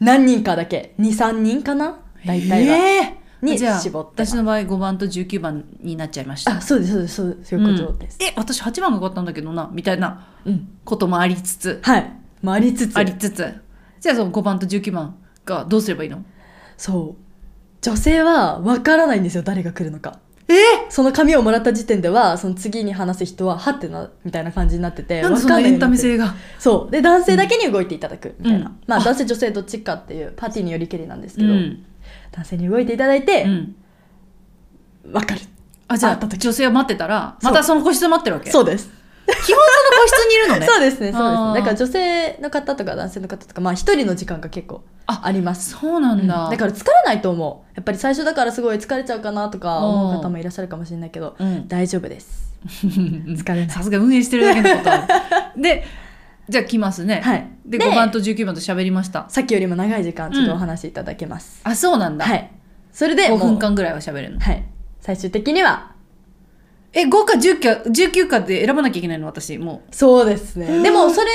[SPEAKER 2] 何人かだけ、2、3人かな大体は。
[SPEAKER 1] えー
[SPEAKER 2] に
[SPEAKER 1] じゃあ
[SPEAKER 2] 絞ってます
[SPEAKER 1] 私の場合5番と19番になっちゃいました
[SPEAKER 2] あ、そうです、そうです、そうです。そういうことです。
[SPEAKER 1] うんえ私8番が買ったんだけどなみたいな
[SPEAKER 2] うん。
[SPEAKER 1] こともありつつ
[SPEAKER 2] はい。まあ、ありつつ
[SPEAKER 1] あ。りつつじゃあその5番と19番がどうすればいいの
[SPEAKER 2] そう。女性は分からないんですよ、誰が来るのか。
[SPEAKER 1] え
[SPEAKER 2] その紙をもらった時点では、その次に話す人は、はってな、みたいな感じになってて、
[SPEAKER 1] なんでそ
[SPEAKER 2] わ
[SPEAKER 1] の
[SPEAKER 2] か
[SPEAKER 1] エ
[SPEAKER 2] ない
[SPEAKER 1] ンタメ性が
[SPEAKER 2] そう。で、男性だけに動いていただく、みたいな。
[SPEAKER 1] うん
[SPEAKER 2] まあ、
[SPEAKER 1] あ
[SPEAKER 2] 男性、女性、どっちかっていう、パーティーによりけりなんです
[SPEAKER 1] う
[SPEAKER 2] けど、
[SPEAKER 1] ん、
[SPEAKER 2] 男性に動いていただいて、
[SPEAKER 1] うん、
[SPEAKER 2] わかる。
[SPEAKER 1] あじゃ
[SPEAKER 2] 会った
[SPEAKER 1] あ
[SPEAKER 2] 時
[SPEAKER 1] 女性は待ってたら
[SPEAKER 2] そう
[SPEAKER 1] またその個室で待ってるわけ
[SPEAKER 2] そうです。
[SPEAKER 1] 基本その個室にいるのね
[SPEAKER 2] そうですね、そうですね。だ
[SPEAKER 1] あー
[SPEAKER 2] から女性の方とか男性の方とか、まあ一人の時間が結構
[SPEAKER 1] あ
[SPEAKER 2] あります。
[SPEAKER 1] そうなんだ、
[SPEAKER 2] うんだから疲れないと思う。やっぱり最初だからすごい疲れちゃうかなとか思う方もいらっしゃるかもしれないけど、
[SPEAKER 1] う ん
[SPEAKER 2] 大丈夫です。疲れない。
[SPEAKER 1] さすが運営してるだけのことあ るでじゃあ来ますね、
[SPEAKER 2] はい。
[SPEAKER 1] で5番と19番と喋りました
[SPEAKER 2] さっきよりも長い時間ちょっとお話しいただけます。
[SPEAKER 1] あそうなんだ、
[SPEAKER 2] はい。それで
[SPEAKER 1] 5
[SPEAKER 2] もう
[SPEAKER 1] 分間ぐらいは喋るの
[SPEAKER 2] はい。最終的には、
[SPEAKER 1] え5か10か19かで選ばなきゃいけないの私も
[SPEAKER 2] そうです
[SPEAKER 1] う
[SPEAKER 2] ね。
[SPEAKER 1] ん
[SPEAKER 2] でもそれ、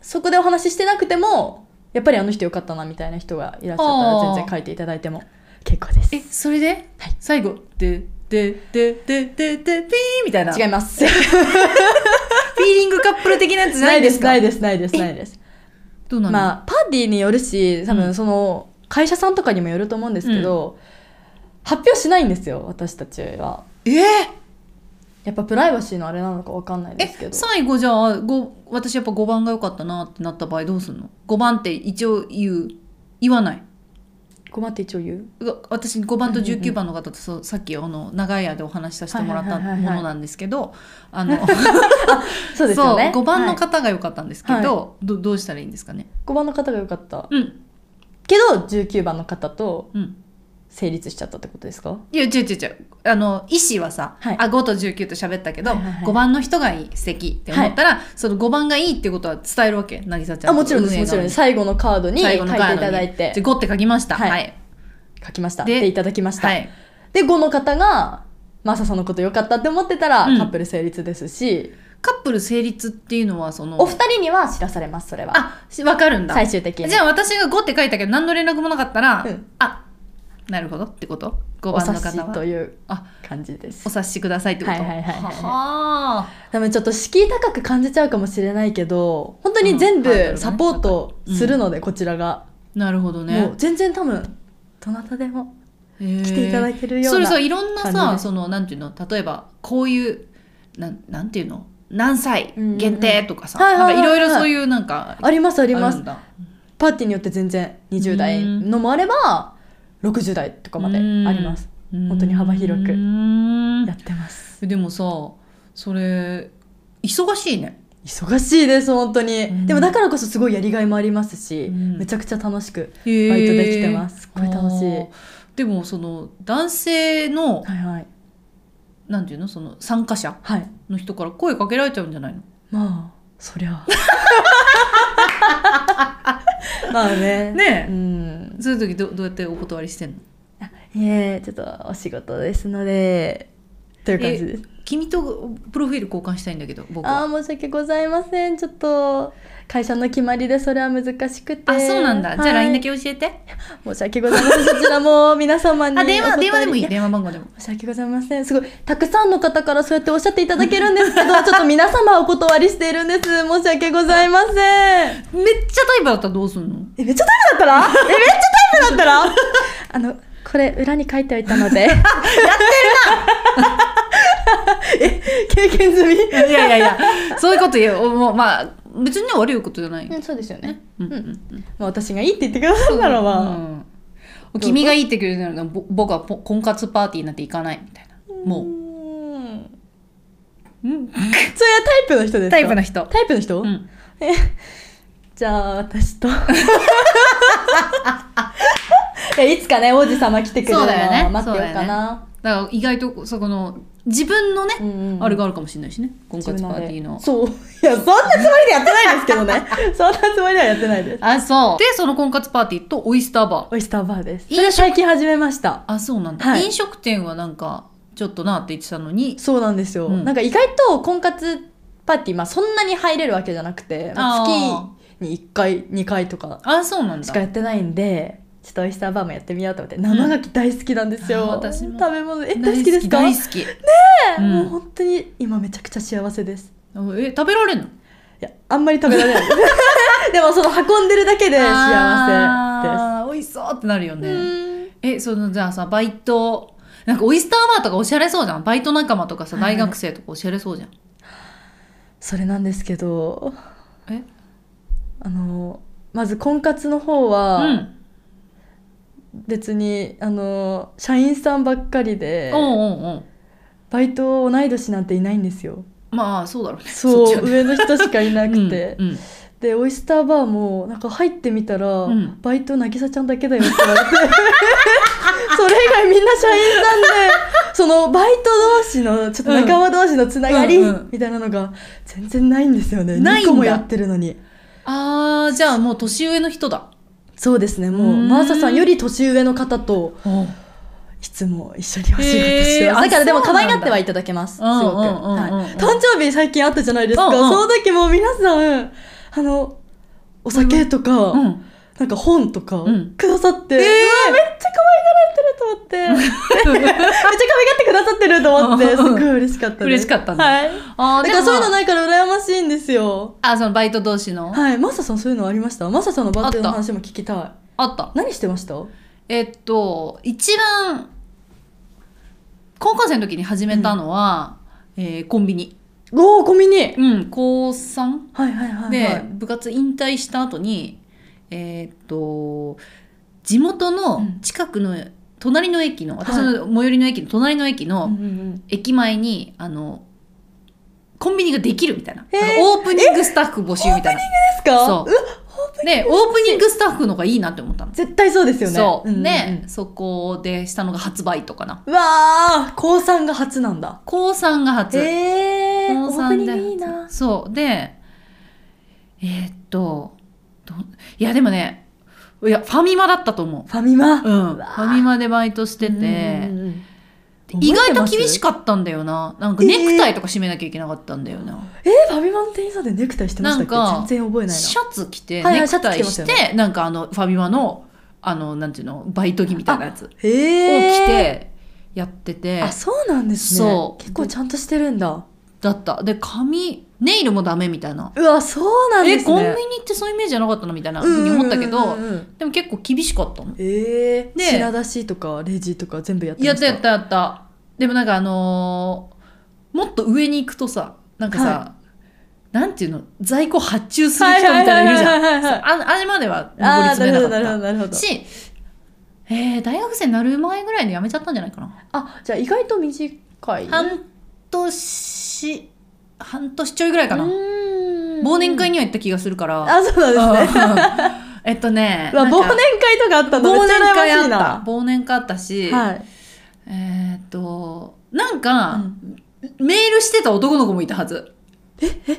[SPEAKER 2] そこでお話ししてなくても、やっぱりあの人よかったなみたいな人がいらっしゃったら全然書いていただいても結構です
[SPEAKER 1] うえ。それで、最後「ででででででピー」みたいな
[SPEAKER 2] 違います。
[SPEAKER 1] フィーリングカップル的なやつ
[SPEAKER 2] な
[SPEAKER 1] ないい
[SPEAKER 2] で
[SPEAKER 1] ですすか
[SPEAKER 2] ないですないですないです
[SPEAKER 1] どうなの、
[SPEAKER 2] まあパーティーによるし多
[SPEAKER 1] うん
[SPEAKER 2] 分その会社さんとかにもよると思うんですけど、発表しないんですよ私たちは
[SPEAKER 1] えー
[SPEAKER 2] やっぱプライバシーのあれなのかわかんないですけ
[SPEAKER 1] え
[SPEAKER 2] ど
[SPEAKER 1] 最後じゃあご私やっぱ5番が良かったなってなった場合どうすんの ?5 番って一応言う言わない
[SPEAKER 2] 困って一応言う
[SPEAKER 1] うわ私5番と
[SPEAKER 2] うんうんうん
[SPEAKER 1] 19番の方とそう、さっきあの長い間お話しさせてもらった
[SPEAKER 2] はいはいは
[SPEAKER 1] も
[SPEAKER 2] いはい
[SPEAKER 1] のなんですけど あの
[SPEAKER 2] そうですよね
[SPEAKER 1] 5番の
[SPEAKER 2] はい
[SPEAKER 1] 方が良かったんですけど、どどうしたらいいんですかね
[SPEAKER 2] 5番の方が良かった
[SPEAKER 1] うん
[SPEAKER 2] けど19番の方と
[SPEAKER 1] うん
[SPEAKER 2] 成立しちゃったってことですか
[SPEAKER 1] いや違う違う違うあの医師はさ、
[SPEAKER 2] はい
[SPEAKER 1] あ5と19と喋ったけど、
[SPEAKER 2] はいはいはい
[SPEAKER 1] 5番の人がいい素敵って思ったら、その5番がいいってことは伝えるわけ渚ちゃん
[SPEAKER 2] あもちろんですもちろんです最後のカードに書い
[SPEAKER 1] 最
[SPEAKER 2] て
[SPEAKER 1] 後
[SPEAKER 2] い
[SPEAKER 1] の
[SPEAKER 2] た
[SPEAKER 1] カードに
[SPEAKER 2] だいて
[SPEAKER 1] じゃ5って書きましたは、
[SPEAKER 2] はいい
[SPEAKER 1] はい
[SPEAKER 2] 書きました
[SPEAKER 1] で
[SPEAKER 2] でいただきました、で5の方がマサさんのこと良かったって思ってたら、
[SPEAKER 1] うん
[SPEAKER 2] カップル成立ですし
[SPEAKER 1] カップル成立っていうのはその
[SPEAKER 2] お二人には知らされますそれは
[SPEAKER 1] あし分かるんだ
[SPEAKER 2] 最終的に
[SPEAKER 1] じゃあ私が5って書いたけど何の連絡もなかったら、
[SPEAKER 2] うん
[SPEAKER 1] あなるほどってこと5
[SPEAKER 2] お
[SPEAKER 1] 番の
[SPEAKER 2] 察し
[SPEAKER 1] 方
[SPEAKER 2] と
[SPEAKER 1] は
[SPEAKER 2] いう
[SPEAKER 1] あ
[SPEAKER 2] 感じです
[SPEAKER 1] お察しくださいってこと
[SPEAKER 2] はいはいはいはいはい
[SPEAKER 1] はあ
[SPEAKER 2] 多分ちょっと敷居高く感じちゃうかもしれないけど本当に全
[SPEAKER 1] うんハードル
[SPEAKER 2] 部
[SPEAKER 1] ね
[SPEAKER 2] サポートするので、こちらが、
[SPEAKER 1] なるほど
[SPEAKER 2] も
[SPEAKER 1] ね
[SPEAKER 2] う全然多分どなたでも来
[SPEAKER 1] 来
[SPEAKER 2] ていただけるよ
[SPEAKER 1] そうれ
[SPEAKER 2] な、
[SPEAKER 1] さいろんな
[SPEAKER 2] 感じ
[SPEAKER 1] さ
[SPEAKER 2] です
[SPEAKER 1] そのなんていうの例えばこういうなんなんていうの何歳
[SPEAKER 2] うんうんうん
[SPEAKER 1] 限定とかさ、
[SPEAKER 2] はいはいはい
[SPEAKER 1] なんか
[SPEAKER 2] はい
[SPEAKER 1] いろいろそういうなんか
[SPEAKER 2] ありますありま
[SPEAKER 1] ある
[SPEAKER 2] す
[SPEAKER 1] んだ
[SPEAKER 2] パーティーによって全然20代のもあれば60代とかまであります本当に幅広く
[SPEAKER 1] うーん
[SPEAKER 2] やってます
[SPEAKER 1] でもさそれ忙しいね
[SPEAKER 2] 忙しいです本当に、
[SPEAKER 1] うん
[SPEAKER 2] でもだからこそすごいやりがいもありますし、
[SPEAKER 1] うん
[SPEAKER 2] めちゃくちゃ楽しく
[SPEAKER 1] バイ
[SPEAKER 2] バイトできてますすっごい楽しい
[SPEAKER 1] でもその男性の
[SPEAKER 2] はいはい
[SPEAKER 1] なんていうのその参加者
[SPEAKER 2] はい
[SPEAKER 1] の人から声かけられちゃうんじゃないの
[SPEAKER 2] まあそり ゃまあね
[SPEAKER 1] ね
[SPEAKER 2] う
[SPEAKER 1] え、
[SPEAKER 2] ん
[SPEAKER 1] そういう時どどうやってお断りしてんの
[SPEAKER 2] いえちょっとお仕事ですのでという感じです
[SPEAKER 1] 君とプロフィール交換したいんだけど僕
[SPEAKER 2] あ
[SPEAKER 1] は
[SPEAKER 2] あ申し訳ございませんちょっと会社の決まりでそれは難しくて
[SPEAKER 1] あそうなんだ、じゃあ LINE だけ教えて
[SPEAKER 2] け申し訳ございませんそちらも皆様に
[SPEAKER 1] あ電話電話でもいい
[SPEAKER 2] ね
[SPEAKER 1] 電話番 号でも
[SPEAKER 2] 申し訳ございませんすごいたくさんの方からそうやっておっしゃっていただけるんですけどちょっと皆様お断りしているんです申し訳ございません
[SPEAKER 1] めっちゃタイプだったらどうすんの
[SPEAKER 2] えめっちゃタイプだったらえめっちゃタイプだった らあのこれ裏に書いておいたのでやってるな え経験済み
[SPEAKER 1] いやいやいやそういうこと言うもうまあ別に悪いことじゃない、
[SPEAKER 2] うんそうですよね、
[SPEAKER 1] うんうん
[SPEAKER 2] まあ、私がいいって言ってくださるならば、
[SPEAKER 1] うん君がいいってくれるならぼ僕はポ婚活パーティーなんて行かないみたいなもう
[SPEAKER 2] うん
[SPEAKER 1] うん
[SPEAKER 2] それはタイプの人ですか
[SPEAKER 1] タイプの人
[SPEAKER 2] タイプの人、
[SPEAKER 1] うん
[SPEAKER 2] じゃあ私と えいつかね王子様来てくれるの
[SPEAKER 1] そうだよね
[SPEAKER 2] を待ってようかな
[SPEAKER 1] だから意外とそこの自分のね、
[SPEAKER 2] うんうん
[SPEAKER 1] あれがあるかもしれないしね婚活パーティーの
[SPEAKER 2] そういやそんなつもりでやってないですけどね そんなつもりではやってないです
[SPEAKER 1] あそうでその婚活パーティーとオイスターバー
[SPEAKER 2] オイスターバーです
[SPEAKER 1] 飲食
[SPEAKER 2] それ最近始めました
[SPEAKER 1] あそうなんだ、
[SPEAKER 2] はい
[SPEAKER 1] 飲食店はなんかちょっとなって言ってたのに
[SPEAKER 2] そうなんですよ、
[SPEAKER 1] うん
[SPEAKER 2] なんか意外と婚活パーティー、まあ、そんなに入れるわけじゃなくて、まあ
[SPEAKER 1] あー
[SPEAKER 2] 月に1回2回とか
[SPEAKER 1] あそうなんだ
[SPEAKER 2] しかやってないんでちょっとオイスターバーもやってみようと思って生牡蠣大好きなんですよ、
[SPEAKER 1] あ私も
[SPEAKER 2] 食べ物え大好きですか
[SPEAKER 1] 大好き
[SPEAKER 2] ねもう
[SPEAKER 1] うん
[SPEAKER 2] 本当に今めちゃくちゃ幸せです
[SPEAKER 1] え食べられるの
[SPEAKER 2] いやあんまり食べら れないでもその運んでるだけで幸
[SPEAKER 1] あー美味しそうってなるよ
[SPEAKER 2] せで
[SPEAKER 1] ね、
[SPEAKER 2] す、
[SPEAKER 1] えそのじゃあさバイトなんかオイスターバーとかおしゃれそうじゃんバイト仲間とかさ
[SPEAKER 2] はい
[SPEAKER 1] 大学生とかおしゃれそうじゃん、
[SPEAKER 2] それなんですけど
[SPEAKER 1] え
[SPEAKER 2] あのまず婚活の方
[SPEAKER 1] う
[SPEAKER 2] は
[SPEAKER 1] ん
[SPEAKER 2] 別に、あの社員さんばっかりで
[SPEAKER 1] おうおうおう
[SPEAKER 2] バイト同い年なんていないんですよ
[SPEAKER 1] まあそうだろうね
[SPEAKER 2] そう
[SPEAKER 1] っちはね
[SPEAKER 2] 上の人しかいなくて、
[SPEAKER 1] うんうん
[SPEAKER 2] でオイスターバーもなんか入ってみたら、
[SPEAKER 1] ん
[SPEAKER 2] バイト渚ちゃんだけだよって言わ れてそれ以外みんな社員なんでそのバイト同士のちょっと仲間同士のつながり
[SPEAKER 1] うんうん
[SPEAKER 2] みたいなのが全然ないんですよね、
[SPEAKER 1] ないんだ
[SPEAKER 2] 2個もやってるのに
[SPEAKER 1] あーじゃあもう年上の人だ
[SPEAKER 2] そうですね
[SPEAKER 1] う
[SPEAKER 2] もう
[SPEAKER 1] ーん
[SPEAKER 2] マーサさんより年上の方と
[SPEAKER 1] うん
[SPEAKER 2] いつも一緒にお仕事して
[SPEAKER 1] へー
[SPEAKER 2] ます、
[SPEAKER 1] あ
[SPEAKER 2] だからでも
[SPEAKER 1] そう
[SPEAKER 2] 可
[SPEAKER 1] なんだ
[SPEAKER 2] 愛がってはいただけますす
[SPEAKER 1] う
[SPEAKER 2] ごく、
[SPEAKER 1] んうんうんうん
[SPEAKER 2] はい、誕生日最近あったじゃないですか、
[SPEAKER 1] うんうん
[SPEAKER 2] その時も皆さんあのお酒とか、なんか本とか
[SPEAKER 1] うん
[SPEAKER 2] くださって、
[SPEAKER 1] えー
[SPEAKER 2] うわめっちゃ可愛がられてると思って めっちゃ可愛がってくださってると思 って
[SPEAKER 1] うんうん
[SPEAKER 2] すごい嬉しかったです
[SPEAKER 1] 嬉しかったんだ
[SPEAKER 2] はい、 だか
[SPEAKER 1] あーで
[SPEAKER 2] ら
[SPEAKER 1] も
[SPEAKER 2] そういうの
[SPEAKER 1] ま
[SPEAKER 2] ないから羨ましいんですよ
[SPEAKER 1] ああそのバイト同士の、
[SPEAKER 2] はいマサさんそういうのありましたマサさんのバッテンの
[SPEAKER 1] あった
[SPEAKER 2] 話も聞きたい
[SPEAKER 1] あった
[SPEAKER 2] 何してました
[SPEAKER 1] えっと一番高校生の時に始めたのは、えーコンビニ
[SPEAKER 2] ゴーコミに
[SPEAKER 1] うん高 3?
[SPEAKER 2] はいはいはいはい
[SPEAKER 1] で部活引退した後にえーっと地元
[SPEAKER 2] う
[SPEAKER 1] の
[SPEAKER 2] ん
[SPEAKER 1] 近くの隣の駅の、私
[SPEAKER 2] は
[SPEAKER 1] の最寄りの駅の隣の駅
[SPEAKER 2] うんう
[SPEAKER 1] の
[SPEAKER 2] んうん
[SPEAKER 1] 駅前に、あのコンビニができるみたいな、
[SPEAKER 2] へー
[SPEAKER 1] あのオープニングスタッフ募集みたい
[SPEAKER 2] で
[SPEAKER 1] な
[SPEAKER 2] すか
[SPEAKER 1] そう
[SPEAKER 2] う
[SPEAKER 1] でオープニングスタッフの方がいいなって思ったの、
[SPEAKER 2] 絶対そうですよね
[SPEAKER 1] そう、
[SPEAKER 2] んんん
[SPEAKER 1] でそこでしたのが発売とかな
[SPEAKER 2] うわー高三が初なんだ
[SPEAKER 1] 高3が初
[SPEAKER 2] へー
[SPEAKER 1] 高
[SPEAKER 2] オープ
[SPEAKER 1] 三
[SPEAKER 2] ニン
[SPEAKER 1] で
[SPEAKER 2] グいいな
[SPEAKER 1] そうでえーっとどいやでもねいやファミマだったと思う
[SPEAKER 2] ファミマ
[SPEAKER 1] うん、フ
[SPEAKER 2] わ
[SPEAKER 1] ァミマでバイトしてて、意外と厳し
[SPEAKER 2] く
[SPEAKER 1] かったんだよな。なんか
[SPEAKER 2] えー
[SPEAKER 1] ネクタイとか締めなきゃいけなかったんだよな。
[SPEAKER 2] えー、ファミマの店員さんでネクタイしてましたっけ
[SPEAKER 1] なんか
[SPEAKER 2] 全然覚えない
[SPEAKER 1] シャツ着て、
[SPEAKER 2] はいはい
[SPEAKER 1] ネクタイ
[SPEAKER 2] シャ
[SPEAKER 1] し
[SPEAKER 2] ツ着て
[SPEAKER 1] て、なんかあの、ファミマの、あの、なんていうの、バイト着みたいなやつを着
[SPEAKER 2] な。へー。
[SPEAKER 1] て、やってて
[SPEAKER 2] あ、、そうなんですね。
[SPEAKER 1] そう
[SPEAKER 2] 結構ちゃんとしてるんだ。
[SPEAKER 1] だった。で、髪、ネイルもダメみたいな。
[SPEAKER 2] うわ、そうなんで
[SPEAKER 1] え、
[SPEAKER 2] す
[SPEAKER 1] コンビニ
[SPEAKER 2] ね。
[SPEAKER 1] ってそういうイメージじゃなかったのみたいな
[SPEAKER 2] うん
[SPEAKER 1] ふうに思ったけ
[SPEAKER 2] うんう
[SPEAKER 1] ど
[SPEAKER 2] ん、うんうん
[SPEAKER 1] でも結構厳しかったの。
[SPEAKER 2] えー。
[SPEAKER 1] で
[SPEAKER 2] 品出しとかレジとか全部やって
[SPEAKER 1] や
[SPEAKER 2] ま
[SPEAKER 1] っ
[SPEAKER 2] したた
[SPEAKER 1] やったやったでもなんかあのーもっと上に行くとさなんかさ、
[SPEAKER 2] は
[SPEAKER 1] なんていうの在庫発注する人みたいなのいるじゃん
[SPEAKER 2] はいはいはいはいはい
[SPEAKER 1] ああれまでは上り
[SPEAKER 2] あー、な
[SPEAKER 1] 詰め
[SPEAKER 2] るほ
[SPEAKER 1] な
[SPEAKER 2] ど、なるほ
[SPEAKER 1] か
[SPEAKER 2] ど、な
[SPEAKER 1] っ
[SPEAKER 2] るほ
[SPEAKER 1] た
[SPEAKER 2] ど。
[SPEAKER 1] しえー、大学生になる前ぐらいで辞めちゃったんじゃないかな、
[SPEAKER 2] あ、じゃあ意外と短い。
[SPEAKER 1] 半年半年ちょいぐらいかな忘
[SPEAKER 2] 忘
[SPEAKER 1] 年会
[SPEAKER 2] に。
[SPEAKER 1] には行った気がするから
[SPEAKER 2] あ、そうなんですね。
[SPEAKER 1] うん えっとね
[SPEAKER 2] うわ、忘
[SPEAKER 1] な
[SPEAKER 2] 年
[SPEAKER 1] んか
[SPEAKER 2] 会とかあったのめ
[SPEAKER 1] 忘
[SPEAKER 2] っちゃ羨
[SPEAKER 1] 年
[SPEAKER 2] ま
[SPEAKER 1] 会あ
[SPEAKER 2] しい
[SPEAKER 1] っ
[SPEAKER 2] な。
[SPEAKER 1] た忘年会あったし、
[SPEAKER 2] はい。
[SPEAKER 1] えーっとなんか、
[SPEAKER 2] うん
[SPEAKER 1] メールしてた男の子もいたはず。え、え、え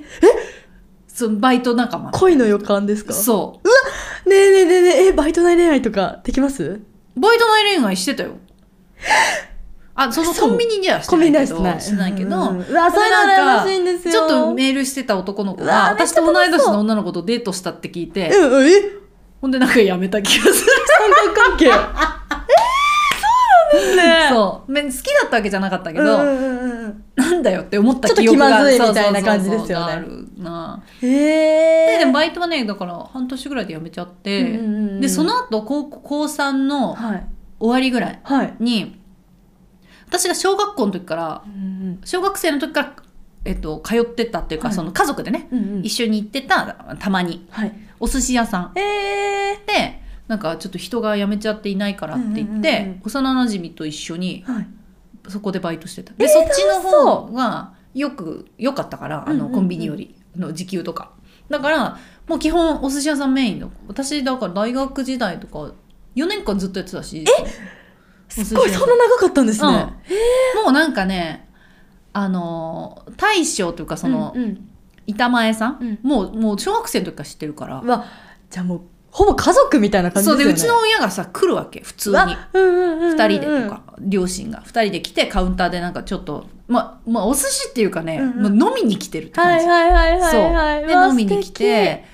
[SPEAKER 1] そのバイト仲間。
[SPEAKER 2] 恋の予感ですか
[SPEAKER 1] そ
[SPEAKER 2] ねえねえねえねえ、え、バイト内恋愛とかできます
[SPEAKER 1] う。バイト内恋愛してたよ。あ、そのコンビニにはして
[SPEAKER 2] コン
[SPEAKER 1] な
[SPEAKER 2] ビ
[SPEAKER 1] い
[SPEAKER 2] ニナ
[SPEAKER 1] け
[SPEAKER 2] イス
[SPEAKER 1] ど、してないけ
[SPEAKER 2] うんうん
[SPEAKER 1] ど、
[SPEAKER 2] うんうわ、そういうの羨ましいんですよ。
[SPEAKER 1] ちょっとメールしてた男の子
[SPEAKER 2] うわ
[SPEAKER 1] が、
[SPEAKER 2] ーめっ
[SPEAKER 1] 私
[SPEAKER 2] ちゃ
[SPEAKER 1] と同
[SPEAKER 2] 楽しそう
[SPEAKER 1] い年の女の子とデートしたって聞いて、
[SPEAKER 2] うん うん、え
[SPEAKER 1] ほんでなんかやめた気がする。
[SPEAKER 2] 三角関係。えー、そうなんですね。
[SPEAKER 1] そう。め好きだったわけじゃなかったけ
[SPEAKER 2] うんう
[SPEAKER 1] ど、
[SPEAKER 2] んうんうん。
[SPEAKER 1] なんだよって思った
[SPEAKER 2] ちょっと
[SPEAKER 1] 記憶が
[SPEAKER 2] 気まずい
[SPEAKER 1] そう
[SPEAKER 2] みたいな感じ
[SPEAKER 1] そうそう
[SPEAKER 2] ですよね
[SPEAKER 1] そうそうがあるな
[SPEAKER 2] え
[SPEAKER 1] で、でも
[SPEAKER 2] ー。
[SPEAKER 1] バイトはね、だから半年ぐらいで辞めちゃって、
[SPEAKER 2] うんうんうん
[SPEAKER 1] で、その後、高校高3の
[SPEAKER 2] はい。
[SPEAKER 1] 終わりぐらい
[SPEAKER 2] はい。
[SPEAKER 1] に私が小学校の時から小学生の時から、えっと、通ってたっていうか、
[SPEAKER 2] はい
[SPEAKER 1] その家族でね
[SPEAKER 2] うんうん
[SPEAKER 1] 一緒に行ってたたまに
[SPEAKER 2] はい。
[SPEAKER 1] お寿司屋さん
[SPEAKER 2] え
[SPEAKER 1] でなんかちょっと人が辞めちゃっていないからって言って、
[SPEAKER 2] うんうんうんうん
[SPEAKER 1] 幼馴染と一緒に
[SPEAKER 2] ー。はい。
[SPEAKER 1] そこでバイトしてた
[SPEAKER 2] え
[SPEAKER 1] で、
[SPEAKER 2] ー
[SPEAKER 1] そっちの
[SPEAKER 2] 楽しそ
[SPEAKER 1] 方がよく良かったからあ
[SPEAKER 2] うんうん
[SPEAKER 1] の
[SPEAKER 2] うん
[SPEAKER 1] コンビニよりの時給とか、だからもう基本お寿司屋さんメインの私だから大学時代とか4年間ずっとやってたしえ
[SPEAKER 2] すごい、そんな長かったんですね。
[SPEAKER 1] もうなんかねあのー大将というかその、
[SPEAKER 2] うんうん
[SPEAKER 1] 板前さん、
[SPEAKER 2] うん
[SPEAKER 1] もうもう小学生の時から知ってるから、
[SPEAKER 2] まあ、じゃあもう、ほぼ家族みたいな感じ
[SPEAKER 1] そう
[SPEAKER 2] です
[SPEAKER 1] で
[SPEAKER 2] よね。
[SPEAKER 1] うちの親がさ来るわけ普通に2
[SPEAKER 2] わうんうんうんうん、
[SPEAKER 1] 人でと。か、両親が2人で来てカウンターでなんかちょっとまあまあお寿司っていうかね、
[SPEAKER 2] うんうん
[SPEAKER 1] もう飲みに来てるって
[SPEAKER 2] は
[SPEAKER 1] 感じ、
[SPEAKER 2] いはいはいはいはい。
[SPEAKER 1] そうで飲みに来て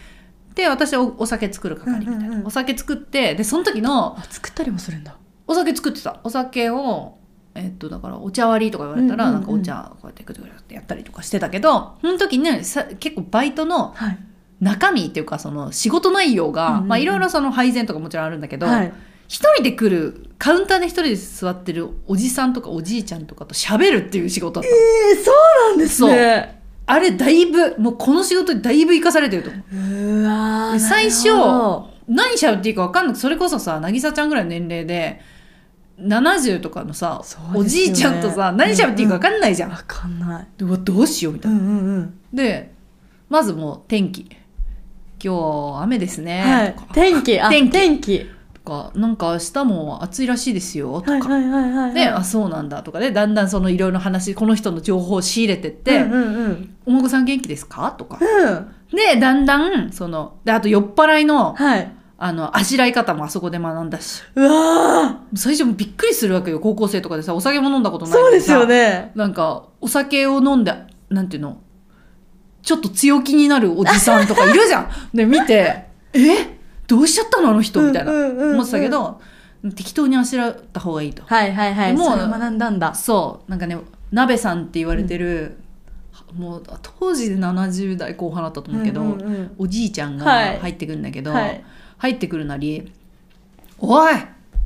[SPEAKER 1] で私おお酒作る係みたいな、
[SPEAKER 2] うんうんうん
[SPEAKER 1] お酒作ってでその時の
[SPEAKER 2] あ作ったりもするんだ
[SPEAKER 1] お酒作ってたお酒をえっとだからお茶割りとか言われたら、
[SPEAKER 2] うんうん
[SPEAKER 1] な
[SPEAKER 2] うん
[SPEAKER 1] んかお茶こうやってグルグルってやったりとかしてたけどその時ねさ結構バイトの
[SPEAKER 2] はい
[SPEAKER 1] 中身っていうかその仕事内容
[SPEAKER 2] う
[SPEAKER 1] が、
[SPEAKER 2] んうんうん
[SPEAKER 1] まあいろいろその配膳とかもちろんあるんだけど、
[SPEAKER 2] はい
[SPEAKER 1] 一人で来るカウンターで一人で座ってるおじさんとかおじいちゃんとかと喋るっていう仕事だったの
[SPEAKER 2] えー、そうなんですね
[SPEAKER 1] あれだいぶもうこの仕事にだいぶ生かされてると思う
[SPEAKER 2] うわー
[SPEAKER 1] 最初
[SPEAKER 2] なるほ
[SPEAKER 1] 何喋っていいか分かんないそれこそさ渚ちゃんぐらいの年齢で70とかのさ、
[SPEAKER 2] そうですよね
[SPEAKER 1] おじいちゃんとさ何喋っていいか分かんないじゃ
[SPEAKER 2] ど
[SPEAKER 1] ん、
[SPEAKER 2] わかんないう
[SPEAKER 1] わどうしようみた
[SPEAKER 2] う
[SPEAKER 1] い
[SPEAKER 2] ん
[SPEAKER 1] な、
[SPEAKER 2] うんうん
[SPEAKER 1] でまずもう天気今日雨ですね、
[SPEAKER 2] はい
[SPEAKER 1] とか
[SPEAKER 2] 天気あ
[SPEAKER 1] 天気
[SPEAKER 2] 天気
[SPEAKER 1] とかなんか明日も暑いらしいですよとか、
[SPEAKER 2] はいはいはいはい
[SPEAKER 1] で、あそうなんだとかでだんだんそのいろいろ話この人の情報を仕入れてって
[SPEAKER 2] う
[SPEAKER 1] 「
[SPEAKER 2] んうんうん
[SPEAKER 1] お孫さん元気ですか?」とか
[SPEAKER 2] うん
[SPEAKER 1] でだんだんそのであと酔っ払いの
[SPEAKER 2] はい
[SPEAKER 1] あのあしらい方もあそこで学んだし
[SPEAKER 2] うわ
[SPEAKER 1] 最初もびっくりするわけよ高校生とかでさお酒も飲んだこと
[SPEAKER 2] ー
[SPEAKER 1] ないの
[SPEAKER 2] そう
[SPEAKER 1] に
[SPEAKER 2] で
[SPEAKER 1] さ
[SPEAKER 2] すよね
[SPEAKER 1] なんかお酒を飲んでなんていうのちょっと強気になるおじさんとかいるじゃんで見て「えどうしちゃったのあの人」みたいな
[SPEAKER 2] うんうんうんうん
[SPEAKER 1] 思ってたけど適当にあしらった方がいいと。
[SPEAKER 2] はいはいはい
[SPEAKER 1] もう
[SPEAKER 2] もう学んだんだ
[SPEAKER 1] そうなんかね鍋さんって言われてる、もう当時で70代後半だったと思うけど、
[SPEAKER 2] うんうんうん
[SPEAKER 1] おじいちゃんが
[SPEAKER 2] はい
[SPEAKER 1] 入ってくるんだけど、
[SPEAKER 2] はい
[SPEAKER 1] 入ってくるなり「おい!」って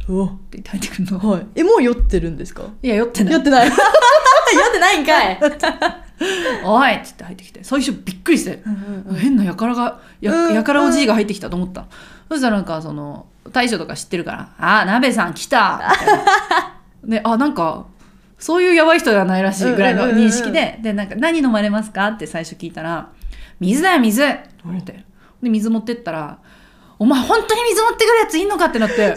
[SPEAKER 2] うわ
[SPEAKER 1] 言って入ってくるの。
[SPEAKER 2] はいえもう酔ってるんですか
[SPEAKER 1] いや酔ってない
[SPEAKER 2] 酔ってない酔ってないん かい
[SPEAKER 1] おいっつって入ってきて最初びっくりして、変なやからがや,、
[SPEAKER 2] うん
[SPEAKER 1] やからおじいが入ってきたと思った、そしたらなんかその大将とか知ってるから「あー鍋さん来た」みたいなねあなんかそういうやばい人ではないらしいぐらいの認識で、でなんか「何飲まれますか?」って最初聞いたら「水だよ水」って言われてで水持ってったら「お前本当に水持ってくるやついんのか?」ってなって、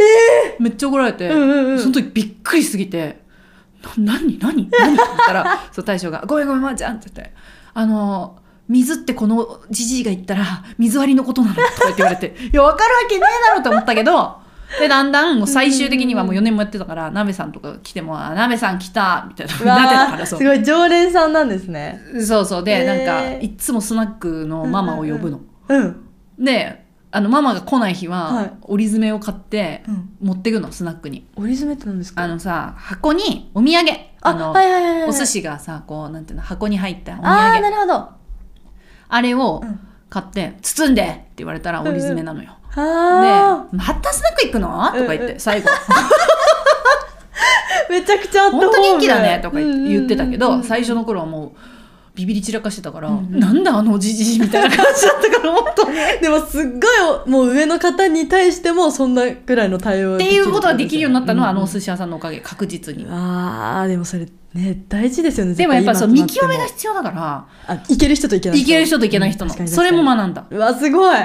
[SPEAKER 1] めっちゃ怒られて、
[SPEAKER 2] うんうんうん
[SPEAKER 1] その時びっくりしすぎて「な何何何?」って言ったらそう大将が「ごめんごめんまーちゃん」って言って「あの水ってこのじじいが言ったら水割りのことなの?」とか言って言われて「いや分かるわけねえだろ」と思ったけどでだんだんもう最終的にはもう4年もやってたから「なべさんとか来ても「あなべさん来た」みたいなふう
[SPEAKER 2] う
[SPEAKER 1] になってたか
[SPEAKER 2] わー
[SPEAKER 1] ら
[SPEAKER 2] す
[SPEAKER 1] そう
[SPEAKER 2] ごい常連さんなんですね
[SPEAKER 1] そうそうで、
[SPEAKER 2] へー
[SPEAKER 1] なんかいっつもスナックのママを呼ぶの。
[SPEAKER 2] うん
[SPEAKER 1] であのママが来ない日は、
[SPEAKER 2] はい
[SPEAKER 1] 折り詰めを買って
[SPEAKER 2] うん
[SPEAKER 1] 持ってくのスナックに。
[SPEAKER 2] 折り詰めって何ですか
[SPEAKER 1] あのさ箱にお土産あの、
[SPEAKER 2] はいはいはいはい
[SPEAKER 1] お寿司がさこうなんていうの箱に入ったお土
[SPEAKER 2] ああ
[SPEAKER 1] 産あ
[SPEAKER 2] なるほどあ
[SPEAKER 1] れを
[SPEAKER 2] うん
[SPEAKER 1] 買って「包んで!」って言われたら折り詰めなのよ。
[SPEAKER 2] あ
[SPEAKER 1] で「またスナック行くの?」とか言って、
[SPEAKER 2] うんうん
[SPEAKER 1] 最 後
[SPEAKER 2] ーめちゃくちゃ
[SPEAKER 1] 「
[SPEAKER 2] あった
[SPEAKER 1] 本当人気だね」とか言って言ってたけど、最
[SPEAKER 2] 初
[SPEAKER 1] 初の頃はもうビビり散らかしてたから「
[SPEAKER 2] うんうん
[SPEAKER 1] なんだあのじじい」みたいな感じだったからも っと。っ
[SPEAKER 2] でもすっごいもう上の方に対してもそんなぐらいの対応が
[SPEAKER 1] ていうことができるようになったのは、あのお
[SPEAKER 2] 司
[SPEAKER 1] 寿司屋さんのおかげ確実に。
[SPEAKER 2] あーでもそれね大事ですよね
[SPEAKER 1] でもやっぱそう見極めが
[SPEAKER 2] 必
[SPEAKER 1] 必要だから
[SPEAKER 2] 要いける人といけない
[SPEAKER 1] いける人といけない人
[SPEAKER 2] うん
[SPEAKER 1] の、
[SPEAKER 2] 確かに確
[SPEAKER 1] そ
[SPEAKER 2] か
[SPEAKER 1] れ
[SPEAKER 2] に
[SPEAKER 1] も学んだ
[SPEAKER 2] うわすごい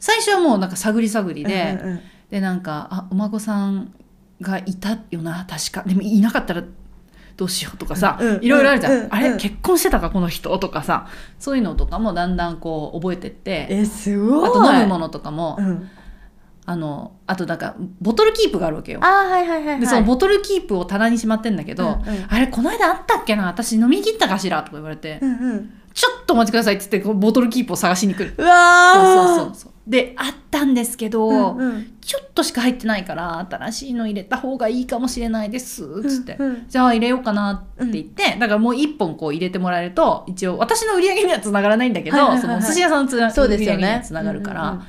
[SPEAKER 1] 最初はもうなんか探り探りで、
[SPEAKER 2] うんうんうん
[SPEAKER 1] でなんかあお孫さんがいたよな確かでもいなかったらどうしようとかさ、
[SPEAKER 2] うん
[SPEAKER 1] いろいろあるじゃん、
[SPEAKER 2] うんうん
[SPEAKER 1] あ
[SPEAKER 2] う
[SPEAKER 1] れ
[SPEAKER 2] ん
[SPEAKER 1] 結婚してたかこの人とかさそういうのとかもだんだんこう覚えてって
[SPEAKER 2] えすごい
[SPEAKER 1] あと飲むものとかも、
[SPEAKER 2] うん
[SPEAKER 1] あのあとなんかボトルキープがあるわけよ
[SPEAKER 2] あーはいはいはいはい
[SPEAKER 1] でそのボトルキープを棚にしまってんだけど、
[SPEAKER 2] うんうん
[SPEAKER 1] あれこの間あったっけな私飲み切ったかしらとか言われて、
[SPEAKER 2] うんうん
[SPEAKER 1] ちょっとお待ちくださいって言ってこうボトルキープを探しに来る
[SPEAKER 2] うわ
[SPEAKER 1] そう
[SPEAKER 2] ー
[SPEAKER 1] そうそうそうであったんですけど、
[SPEAKER 2] うんうん
[SPEAKER 1] ちょっとしか入ってないから新しいの入れた方がいいかもしれないです」つって。
[SPEAKER 2] うんうん
[SPEAKER 1] じゃあ入れようかなって言って、だからもう1本こう入れてもらえると一応私の売り上げにはつながらないんだけど、
[SPEAKER 2] はいはいはい
[SPEAKER 1] そ
[SPEAKER 2] は
[SPEAKER 1] の
[SPEAKER 2] い
[SPEAKER 1] お寿司屋さんのつな
[SPEAKER 2] そう
[SPEAKER 1] 売
[SPEAKER 2] で
[SPEAKER 1] り
[SPEAKER 2] す
[SPEAKER 1] 上
[SPEAKER 2] よ
[SPEAKER 1] げには
[SPEAKER 2] ね
[SPEAKER 1] つながるから、
[SPEAKER 2] うんうんうん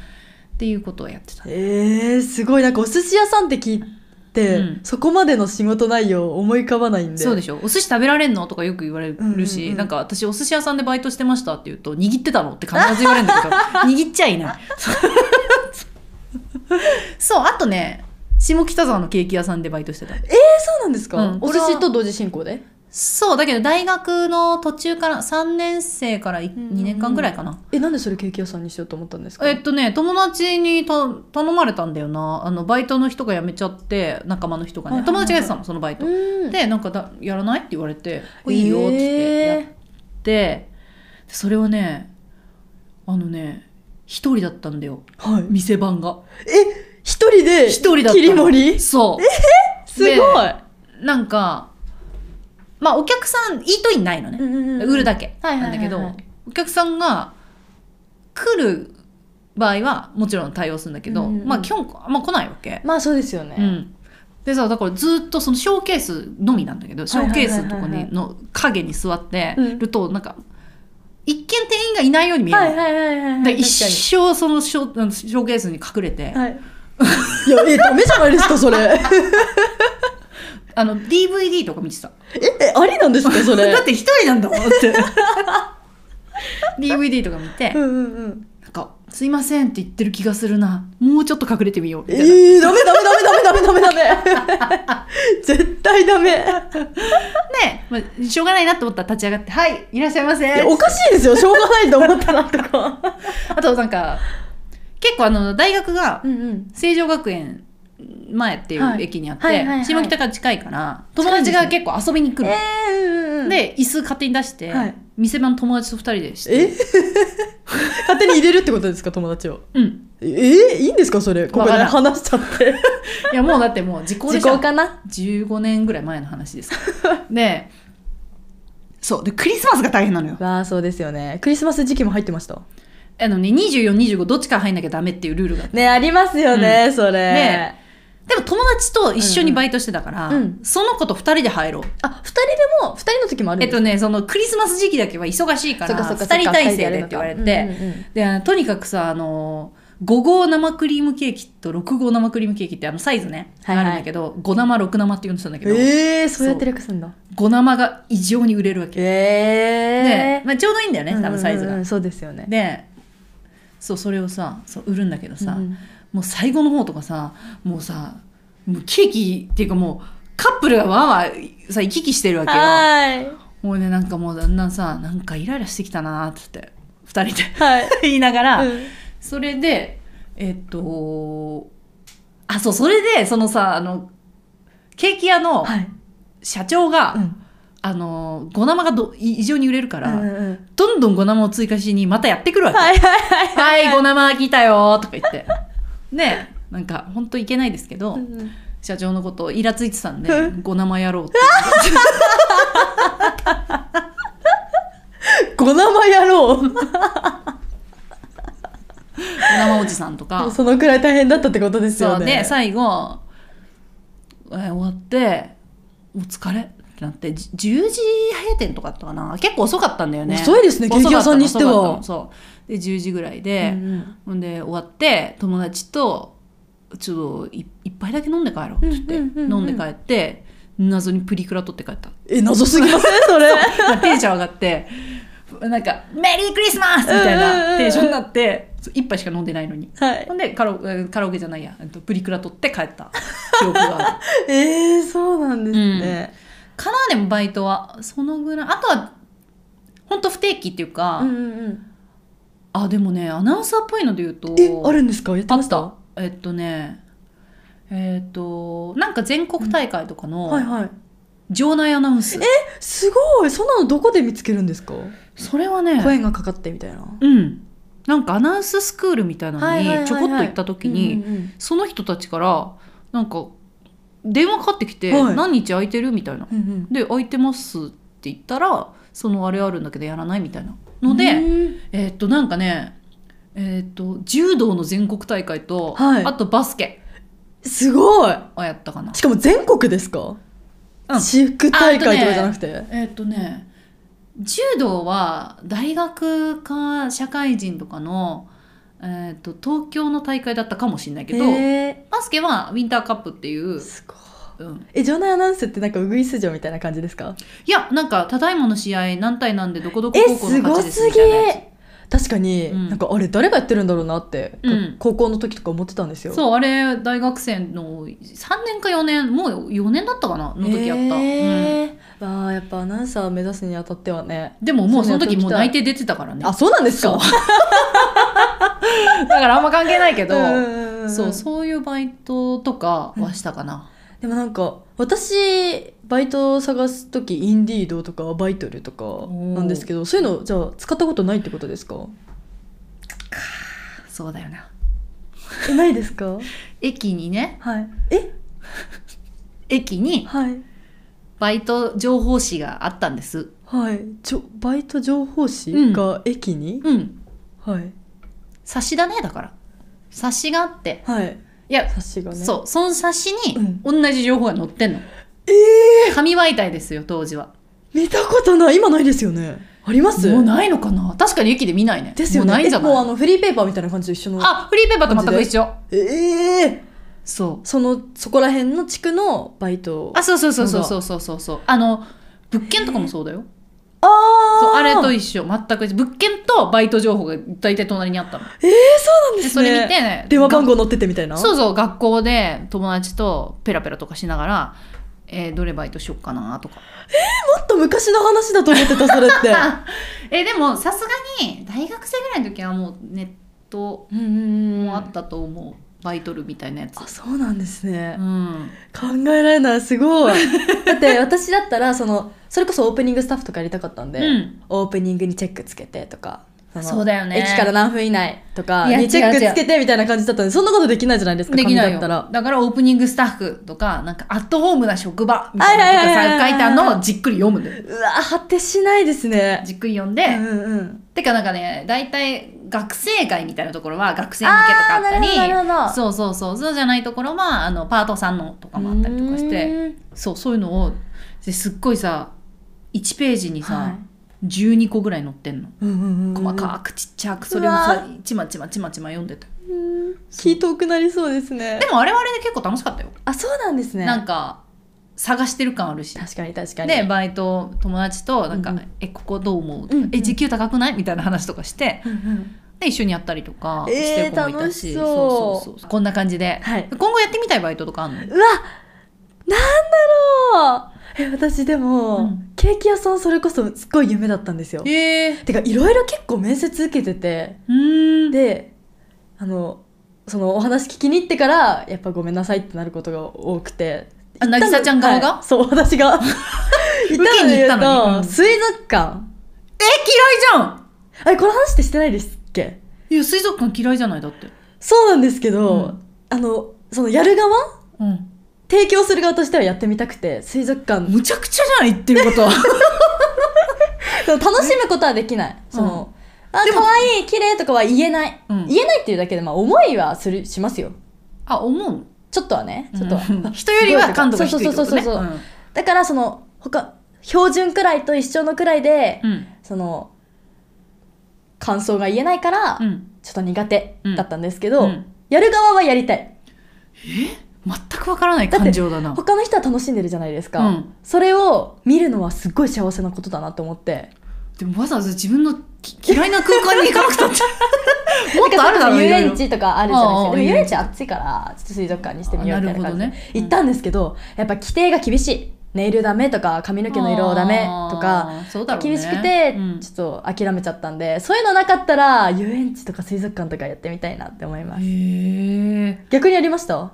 [SPEAKER 1] っていうことをやってた。
[SPEAKER 2] えー、すごいなんかお寿司屋さんって聞いて、
[SPEAKER 1] うん
[SPEAKER 2] そこまでの仕事内容思い浮かばないんで
[SPEAKER 1] そうでしょお寿司食べられんのとかよく言われる
[SPEAKER 2] うん
[SPEAKER 1] し、
[SPEAKER 2] うんうん
[SPEAKER 1] なんか私お寿司屋さんでバイトしてましたって言うと握ってたのって必ず言われるんだけ ど握っちゃいないそうあとね下北沢のケーキ屋さんでバイトしてた
[SPEAKER 2] えー、そうなんですか、
[SPEAKER 1] うん
[SPEAKER 2] お寿司と同時進行で
[SPEAKER 1] そうだけど大学の途中から3年生からい
[SPEAKER 2] んうん
[SPEAKER 1] 2年間ぐらいかな、
[SPEAKER 2] えなんでそれケーキ屋さんにしようと思ったんですか
[SPEAKER 1] えっとね友達にた頼まれたんだよなあのバイトの人が辞めちゃって仲間の人がね、
[SPEAKER 2] はいはいはい
[SPEAKER 1] 友達がやってたのそのバイト、
[SPEAKER 2] うん
[SPEAKER 1] でなんかだやらないって言われて「いいよ」っつってやって、でそれはねあのね一人だったんだよ
[SPEAKER 2] はい、
[SPEAKER 1] 店番が
[SPEAKER 2] え一人で
[SPEAKER 1] 一人だったの
[SPEAKER 2] 切り盛りす
[SPEAKER 1] そう
[SPEAKER 2] ごい、
[SPEAKER 1] なんかまあお客さんイートインないのね、
[SPEAKER 2] うんうんうん
[SPEAKER 1] 売るだけ
[SPEAKER 2] はい
[SPEAKER 1] な
[SPEAKER 2] は
[SPEAKER 1] ん
[SPEAKER 2] いはいはい
[SPEAKER 1] だけど、お客さんが来る場合はもちろん対応するんだけど、
[SPEAKER 2] うんうん
[SPEAKER 1] まあ基本あんま来ないわけ、
[SPEAKER 2] まあそうですよね、
[SPEAKER 1] うん、でさだからずっとそのショーケースのみなんだけどショーケースのとこ
[SPEAKER 2] はいはいはいは
[SPEAKER 1] に
[SPEAKER 2] い
[SPEAKER 1] の影に座って
[SPEAKER 2] うん
[SPEAKER 1] るとなんか一見店員がいないように見える、
[SPEAKER 2] はいはいはいはい、はい、
[SPEAKER 1] で一生そのショーあのショーケースに隠れて、
[SPEAKER 2] 確かにはいいやえダメじゃないですかそ れえ
[SPEAKER 1] あの DVD とか見てた
[SPEAKER 2] えありなんですかそれ
[SPEAKER 1] だって一人なんだもんって DVD とか見て、
[SPEAKER 2] うんうんうん
[SPEAKER 1] なんか「すいません」って言ってる気がするなもうちょっと隠れてみようみ
[SPEAKER 2] え
[SPEAKER 1] たいな、
[SPEAKER 2] ー、ダメダメダメダメダメダメダメ 絶対ダメ
[SPEAKER 1] で、まあ、しょうがないなと思ったら立ち上がって「はいいらっしゃいませ」
[SPEAKER 2] いやおかしいですよしょうがないと思ったらとか
[SPEAKER 1] あとなんか結構あの大学が
[SPEAKER 2] うんうん
[SPEAKER 1] 成城学園前ってい
[SPEAKER 2] は
[SPEAKER 1] う
[SPEAKER 2] い
[SPEAKER 1] 駅にあっ
[SPEAKER 2] はいはいは
[SPEAKER 1] て
[SPEAKER 2] い
[SPEAKER 1] 下北から近いから
[SPEAKER 2] 近
[SPEAKER 1] 友
[SPEAKER 2] いんで
[SPEAKER 1] 達
[SPEAKER 2] すね
[SPEAKER 1] が結構遊びに来
[SPEAKER 2] え
[SPEAKER 1] るの
[SPEAKER 2] ー、うんうん
[SPEAKER 1] で椅子勝手に出して
[SPEAKER 2] はい
[SPEAKER 1] 店番の友達と二人でして
[SPEAKER 2] え 勝手に入れるってことですか友達を
[SPEAKER 1] うん
[SPEAKER 2] ええいいんですかそれここ
[SPEAKER 1] わ
[SPEAKER 2] で
[SPEAKER 1] からん
[SPEAKER 2] 話しちゃって
[SPEAKER 1] いやもうだってもう時効でしょ
[SPEAKER 2] な
[SPEAKER 1] 15年ぐらい前の 話ですからでそうでクリスマスが大変なのよ
[SPEAKER 2] わあそうですよねクリスマス時期も入ってました
[SPEAKER 1] あのね2425どっちから入んなきゃダメっていうルールがあって
[SPEAKER 2] ねありますよね、それ
[SPEAKER 1] ねでも友達と一緒にバイトしてたから、
[SPEAKER 2] うんうん
[SPEAKER 1] その子と2人で入ろう、
[SPEAKER 2] あ二人でも二人の時もあるん
[SPEAKER 1] えっ
[SPEAKER 2] です
[SPEAKER 1] とねそのクリスマス時期だけは忙しいから2人体制でって言われて、であのとにかくさあの5号生クリームケーキと6号生クリームケーキってあのサイズね、
[SPEAKER 2] はいはい
[SPEAKER 1] あるんだけど5生6生って言うんですんだけど、
[SPEAKER 2] ええそうやって略すんだ
[SPEAKER 1] 5生が異常に売れるわけ、
[SPEAKER 2] え
[SPEAKER 1] で、まあ、ちょうどいいんだよね多分サイズが、
[SPEAKER 2] そうですよね
[SPEAKER 1] でそうそれをさそう売るんだけどさ、もう最後の方とかさもうさもうケーキっていうかもうカップルがわーわーさ行き来してるわけよ
[SPEAKER 2] はい
[SPEAKER 1] もうねなんかもうだんだんさなんかイライラしてきたなーっつって2人で
[SPEAKER 2] はい
[SPEAKER 1] 言いながら、それでえっとあそうそれでそのさあのケーキ屋の
[SPEAKER 2] はい
[SPEAKER 1] 社長が、あの5生がど異常に売れるから、
[SPEAKER 2] は
[SPEAKER 1] どんどん5生を追加しにまたやってくるわけ、
[SPEAKER 2] いはい
[SPEAKER 1] はい、5生来たよーとか言って。ねえなんか、ほんといけないですけど、 社長のこと、イラついてたんで、
[SPEAKER 2] うん
[SPEAKER 1] 5生やろうって。
[SPEAKER 2] 五生やろ
[SPEAKER 1] 5生おじさんとか
[SPEAKER 2] う。そのくらい大変だったってことです
[SPEAKER 1] そ
[SPEAKER 2] よ
[SPEAKER 1] う
[SPEAKER 2] ね
[SPEAKER 1] で、最後、えー終わって、お疲れってなって、じ10時閉店とかだったかな。結構遅かったんだよね。
[SPEAKER 2] 遅いですね
[SPEAKER 1] 遅かった
[SPEAKER 2] ケーキ屋さんにしては
[SPEAKER 1] 遅かったのそう。で、10時ぐらいで、ほんで終わって友達と「ちょっとい一杯だけ飲んで帰ろう」って言
[SPEAKER 2] うん
[SPEAKER 1] っ
[SPEAKER 2] うん
[SPEAKER 1] て
[SPEAKER 2] うんうん
[SPEAKER 1] 飲んで帰って謎にプリクラ取って帰った
[SPEAKER 2] え謎すぎ ませんそれ
[SPEAKER 1] テンション上がってなんか「メリークリスマス!」みたい
[SPEAKER 2] うんうんう
[SPEAKER 1] なんテンションになってそう一杯しか飲んでないのに
[SPEAKER 2] はい
[SPEAKER 1] ほんでカラオえーカラオケじゃないやえっとプリクラ取って帰った記憶がある
[SPEAKER 2] ええそうなんですね。
[SPEAKER 1] かなでもバイトはそのぐらいあとは本当不定期っていうか、
[SPEAKER 2] うん
[SPEAKER 1] あでもねアナウンサーっぽいので言うと
[SPEAKER 2] え、あるんですかやってましたは
[SPEAKER 1] えっとねえっとなんか全国大会とか
[SPEAKER 2] い
[SPEAKER 1] の
[SPEAKER 2] はい。
[SPEAKER 1] 場内アナウンス、
[SPEAKER 2] すごいそんなのどこで見つけるんですか
[SPEAKER 1] それはね
[SPEAKER 2] 声がかかってみたいな。
[SPEAKER 1] うんなんかアナウンススクールみたいな
[SPEAKER 2] はいはいはいは
[SPEAKER 1] のに
[SPEAKER 2] い
[SPEAKER 1] ちょこっと行った時に
[SPEAKER 2] うんうんうん
[SPEAKER 1] その人たちからなんか電話かかってきて
[SPEAKER 2] は
[SPEAKER 1] 「
[SPEAKER 2] い
[SPEAKER 1] 何日空いてる?」みたいな
[SPEAKER 2] うんうん
[SPEAKER 1] 「で空いてます」って言ったら「そのあれあるんだけどやらない?」みたいなの
[SPEAKER 2] う
[SPEAKER 1] で
[SPEAKER 2] ん
[SPEAKER 1] えっとなんかねえっと柔道の全国大会と
[SPEAKER 2] はい
[SPEAKER 1] あとバスケ
[SPEAKER 2] すごい
[SPEAKER 1] をやったかな
[SPEAKER 2] しかも全国ですか
[SPEAKER 1] うん
[SPEAKER 2] 私服大会とかじゃなくて。
[SPEAKER 1] えーっとね柔道は大学か社会人とかの、えーっと東京の大会だったかもしれないけど、
[SPEAKER 2] え
[SPEAKER 1] バスケはウィンターカップっていう
[SPEAKER 2] ー、すごい。
[SPEAKER 1] うん、
[SPEAKER 2] え、場内アナウンスってなんかウグイス嬢みたいな感じですか
[SPEAKER 1] いやなんかただいまの試合何対なんでどこどこ
[SPEAKER 2] え、
[SPEAKER 1] 高校の
[SPEAKER 2] すご
[SPEAKER 1] 勝ちですす
[SPEAKER 2] ぎ
[SPEAKER 1] みたいなやつ
[SPEAKER 2] 確かに、
[SPEAKER 1] うん
[SPEAKER 2] なんかあれ誰がやってるんだろうなって、
[SPEAKER 1] うん
[SPEAKER 2] 高校の時とか思ってたんですよ。
[SPEAKER 1] そうあれ大学生の3年か4年もう4年だったかなの時やった、うん
[SPEAKER 2] えーわあやっぱアナウンサーを目指すにあたってはね
[SPEAKER 1] でももうその時
[SPEAKER 2] そういうのやっておきたい
[SPEAKER 1] もう内定出てたからね
[SPEAKER 2] あそうなんですか
[SPEAKER 1] そだからあんま関係ないけど、
[SPEAKER 2] うん
[SPEAKER 1] そうそういうバイトとかはしたかな、
[SPEAKER 2] でもなんか私バイトを探す時インディードとかバイトルとかなんですけどそういうのじゃあ使ったことないってことですか
[SPEAKER 1] そうだよな
[SPEAKER 2] えないです か
[SPEAKER 1] 駅にね
[SPEAKER 2] はいえ
[SPEAKER 1] 駅に
[SPEAKER 2] はい
[SPEAKER 1] バイト情報誌があったんです
[SPEAKER 2] はいちょバイト情報誌
[SPEAKER 1] うん
[SPEAKER 2] が駅に、
[SPEAKER 1] うん
[SPEAKER 2] はい
[SPEAKER 1] 冊子だねだから冊子があって
[SPEAKER 2] はい
[SPEAKER 1] いや
[SPEAKER 2] 冊子がね
[SPEAKER 1] そうその冊子
[SPEAKER 2] う
[SPEAKER 1] に
[SPEAKER 2] ん
[SPEAKER 1] 同じ情報が載ってんの、
[SPEAKER 2] ええ
[SPEAKER 1] 紙媒体ですよ当時は
[SPEAKER 2] 見たことない今ないですよねあります
[SPEAKER 1] もうないのかな確かに雪で見ないね
[SPEAKER 2] ですよね
[SPEAKER 1] もうないんじゃない
[SPEAKER 2] えもうあのフリーペーパーみたいな感じと一緒の
[SPEAKER 1] あフリーペーパーと全く一緒
[SPEAKER 2] ええ
[SPEAKER 1] そう
[SPEAKER 2] そのそこら辺の地区のバイト
[SPEAKER 1] あそうそうそうそうそうそうそうそうあの物件とかもそうだよ
[SPEAKER 2] あー
[SPEAKER 1] そうあれと一緒全く一緒物件とバイト情報が大体隣にあったの
[SPEAKER 2] ええそうなんで
[SPEAKER 1] ですそ
[SPEAKER 2] ね
[SPEAKER 1] れ見て、ね、
[SPEAKER 2] 電話番号載っててみたいな
[SPEAKER 1] そうそう学校で友達とペラペラとかしながら、えーどれバイトしよっかなとか
[SPEAKER 2] もっと昔の話だと思ってたそれ って
[SPEAKER 1] えでもさすがに大学生ぐらいの時はもうネット
[SPEAKER 2] うんうんうん
[SPEAKER 1] もあったと思う、バイトルみたいなやつ
[SPEAKER 2] あそうなんですね
[SPEAKER 1] う、ん
[SPEAKER 2] 考えられないすごい だって私だったらそのそれこそオープニングスタッフとかやりたかったんで、
[SPEAKER 1] うん
[SPEAKER 2] オープニングにチェックつけてとかの
[SPEAKER 1] そうだよね
[SPEAKER 2] 駅から何分以内とか
[SPEAKER 1] いや
[SPEAKER 2] にチェック
[SPEAKER 1] 違う違う
[SPEAKER 2] つけてみたいな感じだったんでそんなことできないじゃないですか
[SPEAKER 1] できないよ
[SPEAKER 2] 紙だっ
[SPEAKER 1] だからオープニングスタッフとかなんかアットホームな職場みたいなのと
[SPEAKER 2] はいはいはい
[SPEAKER 1] か
[SPEAKER 2] は
[SPEAKER 1] さ
[SPEAKER 2] い
[SPEAKER 1] 書いてあるのをじっくり読むんだよ
[SPEAKER 2] たらうわ果てしないですね
[SPEAKER 1] じっくり読んで、
[SPEAKER 2] うんうん
[SPEAKER 1] てかなんかね大体学生会みたいなところは学生向けとかあったり
[SPEAKER 2] あーなるほどなるほど
[SPEAKER 1] そうそうそうそうじゃないところはあのパートさんのとかもあったりとかして
[SPEAKER 2] うーん
[SPEAKER 1] そうそういうのをですっごいさ1ページにさ、
[SPEAKER 2] はい
[SPEAKER 1] 12個ぐらい載ってんの
[SPEAKER 2] うんうんうん
[SPEAKER 1] 細かくちっちゃくそれを
[SPEAKER 2] う
[SPEAKER 1] さ
[SPEAKER 2] わ
[SPEAKER 1] ちまちまちまちま読んでた
[SPEAKER 2] うん気遠くなりそうですね
[SPEAKER 1] でもあれはあれで結構楽しかったよ、
[SPEAKER 2] あそうなんですね
[SPEAKER 1] なんか探してる感あるし
[SPEAKER 2] 確かに確かに
[SPEAKER 1] でバイト友達となんか「
[SPEAKER 2] うんうん
[SPEAKER 1] えここどう思
[SPEAKER 2] う
[SPEAKER 1] う?」
[SPEAKER 2] んうん
[SPEAKER 1] え時給高くない?」みたいな話とかして
[SPEAKER 2] うんうん
[SPEAKER 1] で一緒にやったりとかして
[SPEAKER 2] えー
[SPEAKER 1] る子もいたし,、
[SPEAKER 2] 楽しそう
[SPEAKER 1] そうそうそうこんな感じで、
[SPEAKER 2] はい
[SPEAKER 1] 今後やってみたいバイトとかあんの
[SPEAKER 2] うわなんだろうえ私でも、
[SPEAKER 1] うん
[SPEAKER 2] ケーキ屋さんそれこそすっごい夢だったんですよ
[SPEAKER 1] えー、
[SPEAKER 2] てかいろいろ結構面接受けてて
[SPEAKER 1] うーん
[SPEAKER 2] であのそのお話聞きに行ってからやっぱごめんなさいってなることが多くて
[SPEAKER 1] あ渚ちゃん側が
[SPEAKER 2] はいそう私が行
[SPEAKER 1] 受けに行ったのに
[SPEAKER 2] 言うと
[SPEAKER 1] うん
[SPEAKER 2] 水族館
[SPEAKER 1] え嫌いじゃん
[SPEAKER 2] あれこの話ってしてないですっけ
[SPEAKER 1] いや水族館嫌いじゃないだって
[SPEAKER 2] そうなんですけど、
[SPEAKER 1] うん
[SPEAKER 2] あのそのやる側
[SPEAKER 1] うん
[SPEAKER 2] 提供する側としてはやってみたくて水族館
[SPEAKER 1] むちゃくちゃじゃない言って ることは
[SPEAKER 2] でも楽しむことはできない。その、あ、
[SPEAKER 1] でも
[SPEAKER 2] 可愛い綺麗とかは言えない。
[SPEAKER 1] うん
[SPEAKER 2] 言えないっていうだけで、まあ、思いはする、しますよ。
[SPEAKER 1] あ思う
[SPEAKER 2] ちょっとはね。ちょっとは。
[SPEAKER 1] うん人よりは感度が低いってことね
[SPEAKER 2] そうそうそうそうそう
[SPEAKER 1] うん
[SPEAKER 2] だから、その、他、標準くらいと一緒のくらいで、
[SPEAKER 1] うん
[SPEAKER 2] その、感想が言えないから、
[SPEAKER 1] うん
[SPEAKER 2] ちょっと苦手だったんですけど、
[SPEAKER 1] うん
[SPEAKER 2] やる側はやりたい。
[SPEAKER 1] 全くわからない感情だな
[SPEAKER 2] 他の人は楽しんでるじゃないですか。
[SPEAKER 1] うん
[SPEAKER 2] それを見るのはすっごい幸せなことだなと思って。
[SPEAKER 1] でもわざわざ自分のき嫌いな空間に行かなくたって もっとあるだろ
[SPEAKER 2] 遊
[SPEAKER 1] いろいろ
[SPEAKER 2] 園地とかあるじゃないですか。で
[SPEAKER 1] ああ
[SPEAKER 2] も
[SPEAKER 1] 遊園地
[SPEAKER 2] 遊園地暑いから、ちょっと水族館にしてみようみたいな感じで
[SPEAKER 1] あなるほどねうん
[SPEAKER 2] 行ったんですけど、やっぱ規定が厳しい。ネイルダメとか、髪の毛の色ダメとか、
[SPEAKER 1] あーそうだろうね
[SPEAKER 2] 厳しくて
[SPEAKER 1] うん、
[SPEAKER 2] ちょっと諦めちゃったんで、そういうのなかったら、遊園地とか水族館とかやってみたいなって思います。
[SPEAKER 1] へえ
[SPEAKER 2] 逆にありました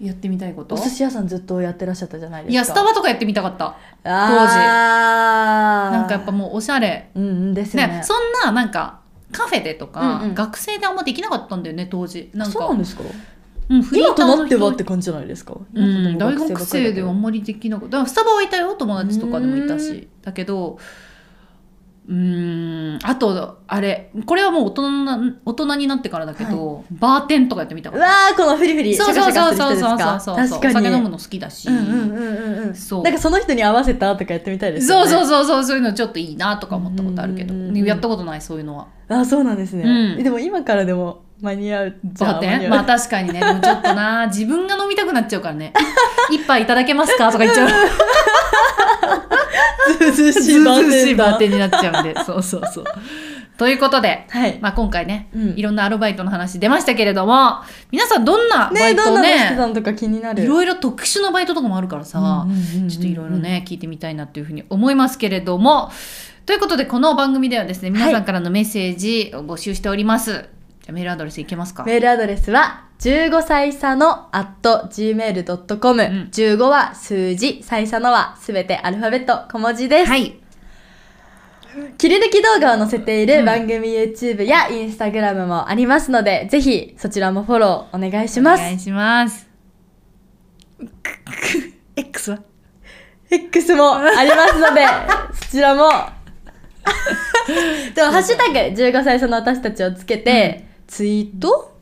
[SPEAKER 1] やってみたいこと
[SPEAKER 2] お寿司屋さんずっとやってらっしゃったじゃないですか。
[SPEAKER 1] いやスタバとかやってみたかった
[SPEAKER 2] あー
[SPEAKER 1] なんかやっぱもうおしゃれ
[SPEAKER 2] うんうんですよ
[SPEAKER 1] ね
[SPEAKER 2] ね。
[SPEAKER 1] そんななんかカフェでとか、
[SPEAKER 2] うんうん
[SPEAKER 1] 学生であんまできなかったんだよね当時なん
[SPEAKER 2] そう
[SPEAKER 1] か
[SPEAKER 2] なんですか
[SPEAKER 1] うんフリー
[SPEAKER 2] 今
[SPEAKER 1] ター
[SPEAKER 2] とな
[SPEAKER 1] の人
[SPEAKER 2] ってはって感じじゃないですか。
[SPEAKER 1] うん、
[SPEAKER 2] 今と
[SPEAKER 1] 大
[SPEAKER 2] なっては
[SPEAKER 1] 学生ではあんまりできなかっただからスタバはいたよ友達とかでもいた
[SPEAKER 2] う
[SPEAKER 1] しだけどうーんあとあれこれはもう大人な大人になってからだけど、バーテンとかやってみたか
[SPEAKER 2] う
[SPEAKER 1] っ
[SPEAKER 2] わ
[SPEAKER 1] た
[SPEAKER 2] ーこのフリフリシャ
[SPEAKER 1] そう
[SPEAKER 2] カシ
[SPEAKER 1] そう
[SPEAKER 2] ャカする人
[SPEAKER 1] そうそう
[SPEAKER 2] ですか
[SPEAKER 1] そうそうそう
[SPEAKER 2] 確か
[SPEAKER 1] お
[SPEAKER 2] に
[SPEAKER 1] 酒飲むの好きだし、
[SPEAKER 2] うんうんうんうんうん
[SPEAKER 1] そう
[SPEAKER 2] なんかその人に合わせたとかやってみたいです
[SPEAKER 1] そ
[SPEAKER 2] よ
[SPEAKER 1] う
[SPEAKER 2] ね
[SPEAKER 1] そう
[SPEAKER 2] う
[SPEAKER 1] そうそうそういうのちょっといいなとか思ったことあるけど、
[SPEAKER 2] うんうんうんうん
[SPEAKER 1] やったことないそういうのは
[SPEAKER 2] あそうなんですね、
[SPEAKER 1] うん
[SPEAKER 2] でも今からでも間に合うじゃ
[SPEAKER 1] バ
[SPEAKER 2] あ
[SPEAKER 1] ー
[SPEAKER 2] 間に合
[SPEAKER 1] テン
[SPEAKER 2] う、
[SPEAKER 1] まあ確かにねでもちょっとな自分が飲みたくなっちゃうからねい一杯いただけますかとか言っちゃう
[SPEAKER 2] ず うずう
[SPEAKER 1] ずう
[SPEAKER 2] しいバー
[SPEAKER 1] ずうし
[SPEAKER 2] テ
[SPEAKER 1] い
[SPEAKER 2] ン
[SPEAKER 1] バ
[SPEAKER 2] だ
[SPEAKER 1] ーテンになっちゃうんでそうそうそうということで、
[SPEAKER 2] はい、
[SPEAKER 1] まあ、今回ね、
[SPEAKER 2] うん
[SPEAKER 1] いろんなアルバイトの話出ましたけれども皆さんどんなバ
[SPEAKER 2] ね
[SPEAKER 1] イ
[SPEAKER 2] どん
[SPEAKER 1] ト
[SPEAKER 2] なの
[SPEAKER 1] ね
[SPEAKER 2] してたのとか気になる
[SPEAKER 1] いろいろ特殊なバイトとかもあるからさ、
[SPEAKER 2] うんうんうんうん
[SPEAKER 1] ちょっといろいろね、聞いてみたいなというふうに思いますけれども。ということで、この番組ではですね、皆さんからのメッセージを募集しております。じゃあメールアドレスいけますか
[SPEAKER 2] メールアドレスは15歳差の at gmail.com、
[SPEAKER 1] ん
[SPEAKER 2] 15は数字歳差のはすべてアルファベット小文字です、
[SPEAKER 1] はい。
[SPEAKER 2] 切り抜き動画を載せていうる
[SPEAKER 1] ん
[SPEAKER 2] 番組 YouTube や Instagram もありますので、ぜひそちらもフォローお願いし
[SPEAKER 1] お
[SPEAKER 2] ます
[SPEAKER 1] 願いします。X は
[SPEAKER 2] X もありますの でそちらもでも「ハッシュタグ #15 歳差の私たち」をつけて、ツイート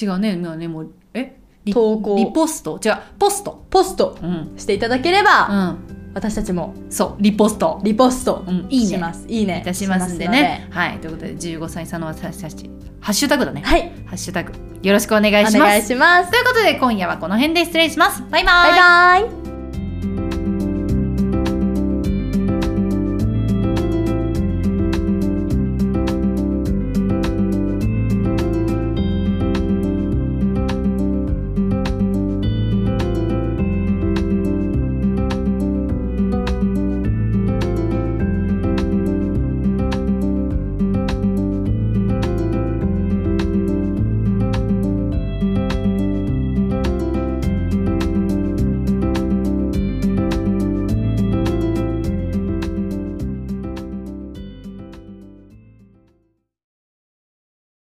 [SPEAKER 1] 違うね、今ね、もう、えリ
[SPEAKER 2] 投稿
[SPEAKER 1] リポスト違う、ポスト。
[SPEAKER 2] ポスト
[SPEAKER 1] うん。
[SPEAKER 2] していただければ、
[SPEAKER 1] うん。
[SPEAKER 2] 私たちも
[SPEAKER 1] そう、リポスト。
[SPEAKER 2] リポスト
[SPEAKER 1] うん、いいね。
[SPEAKER 2] します、いいね
[SPEAKER 1] いたしますんでね。はい。ということで、15歳差の私たち、ハッシュタグだね
[SPEAKER 2] し。ますのではい
[SPEAKER 1] ハッシュタグ。よろしくお願いし
[SPEAKER 2] お
[SPEAKER 1] ま
[SPEAKER 2] 願い
[SPEAKER 1] す。
[SPEAKER 2] します
[SPEAKER 1] ということで、今夜はこの辺で失礼します。バイバイ。
[SPEAKER 2] バイバイ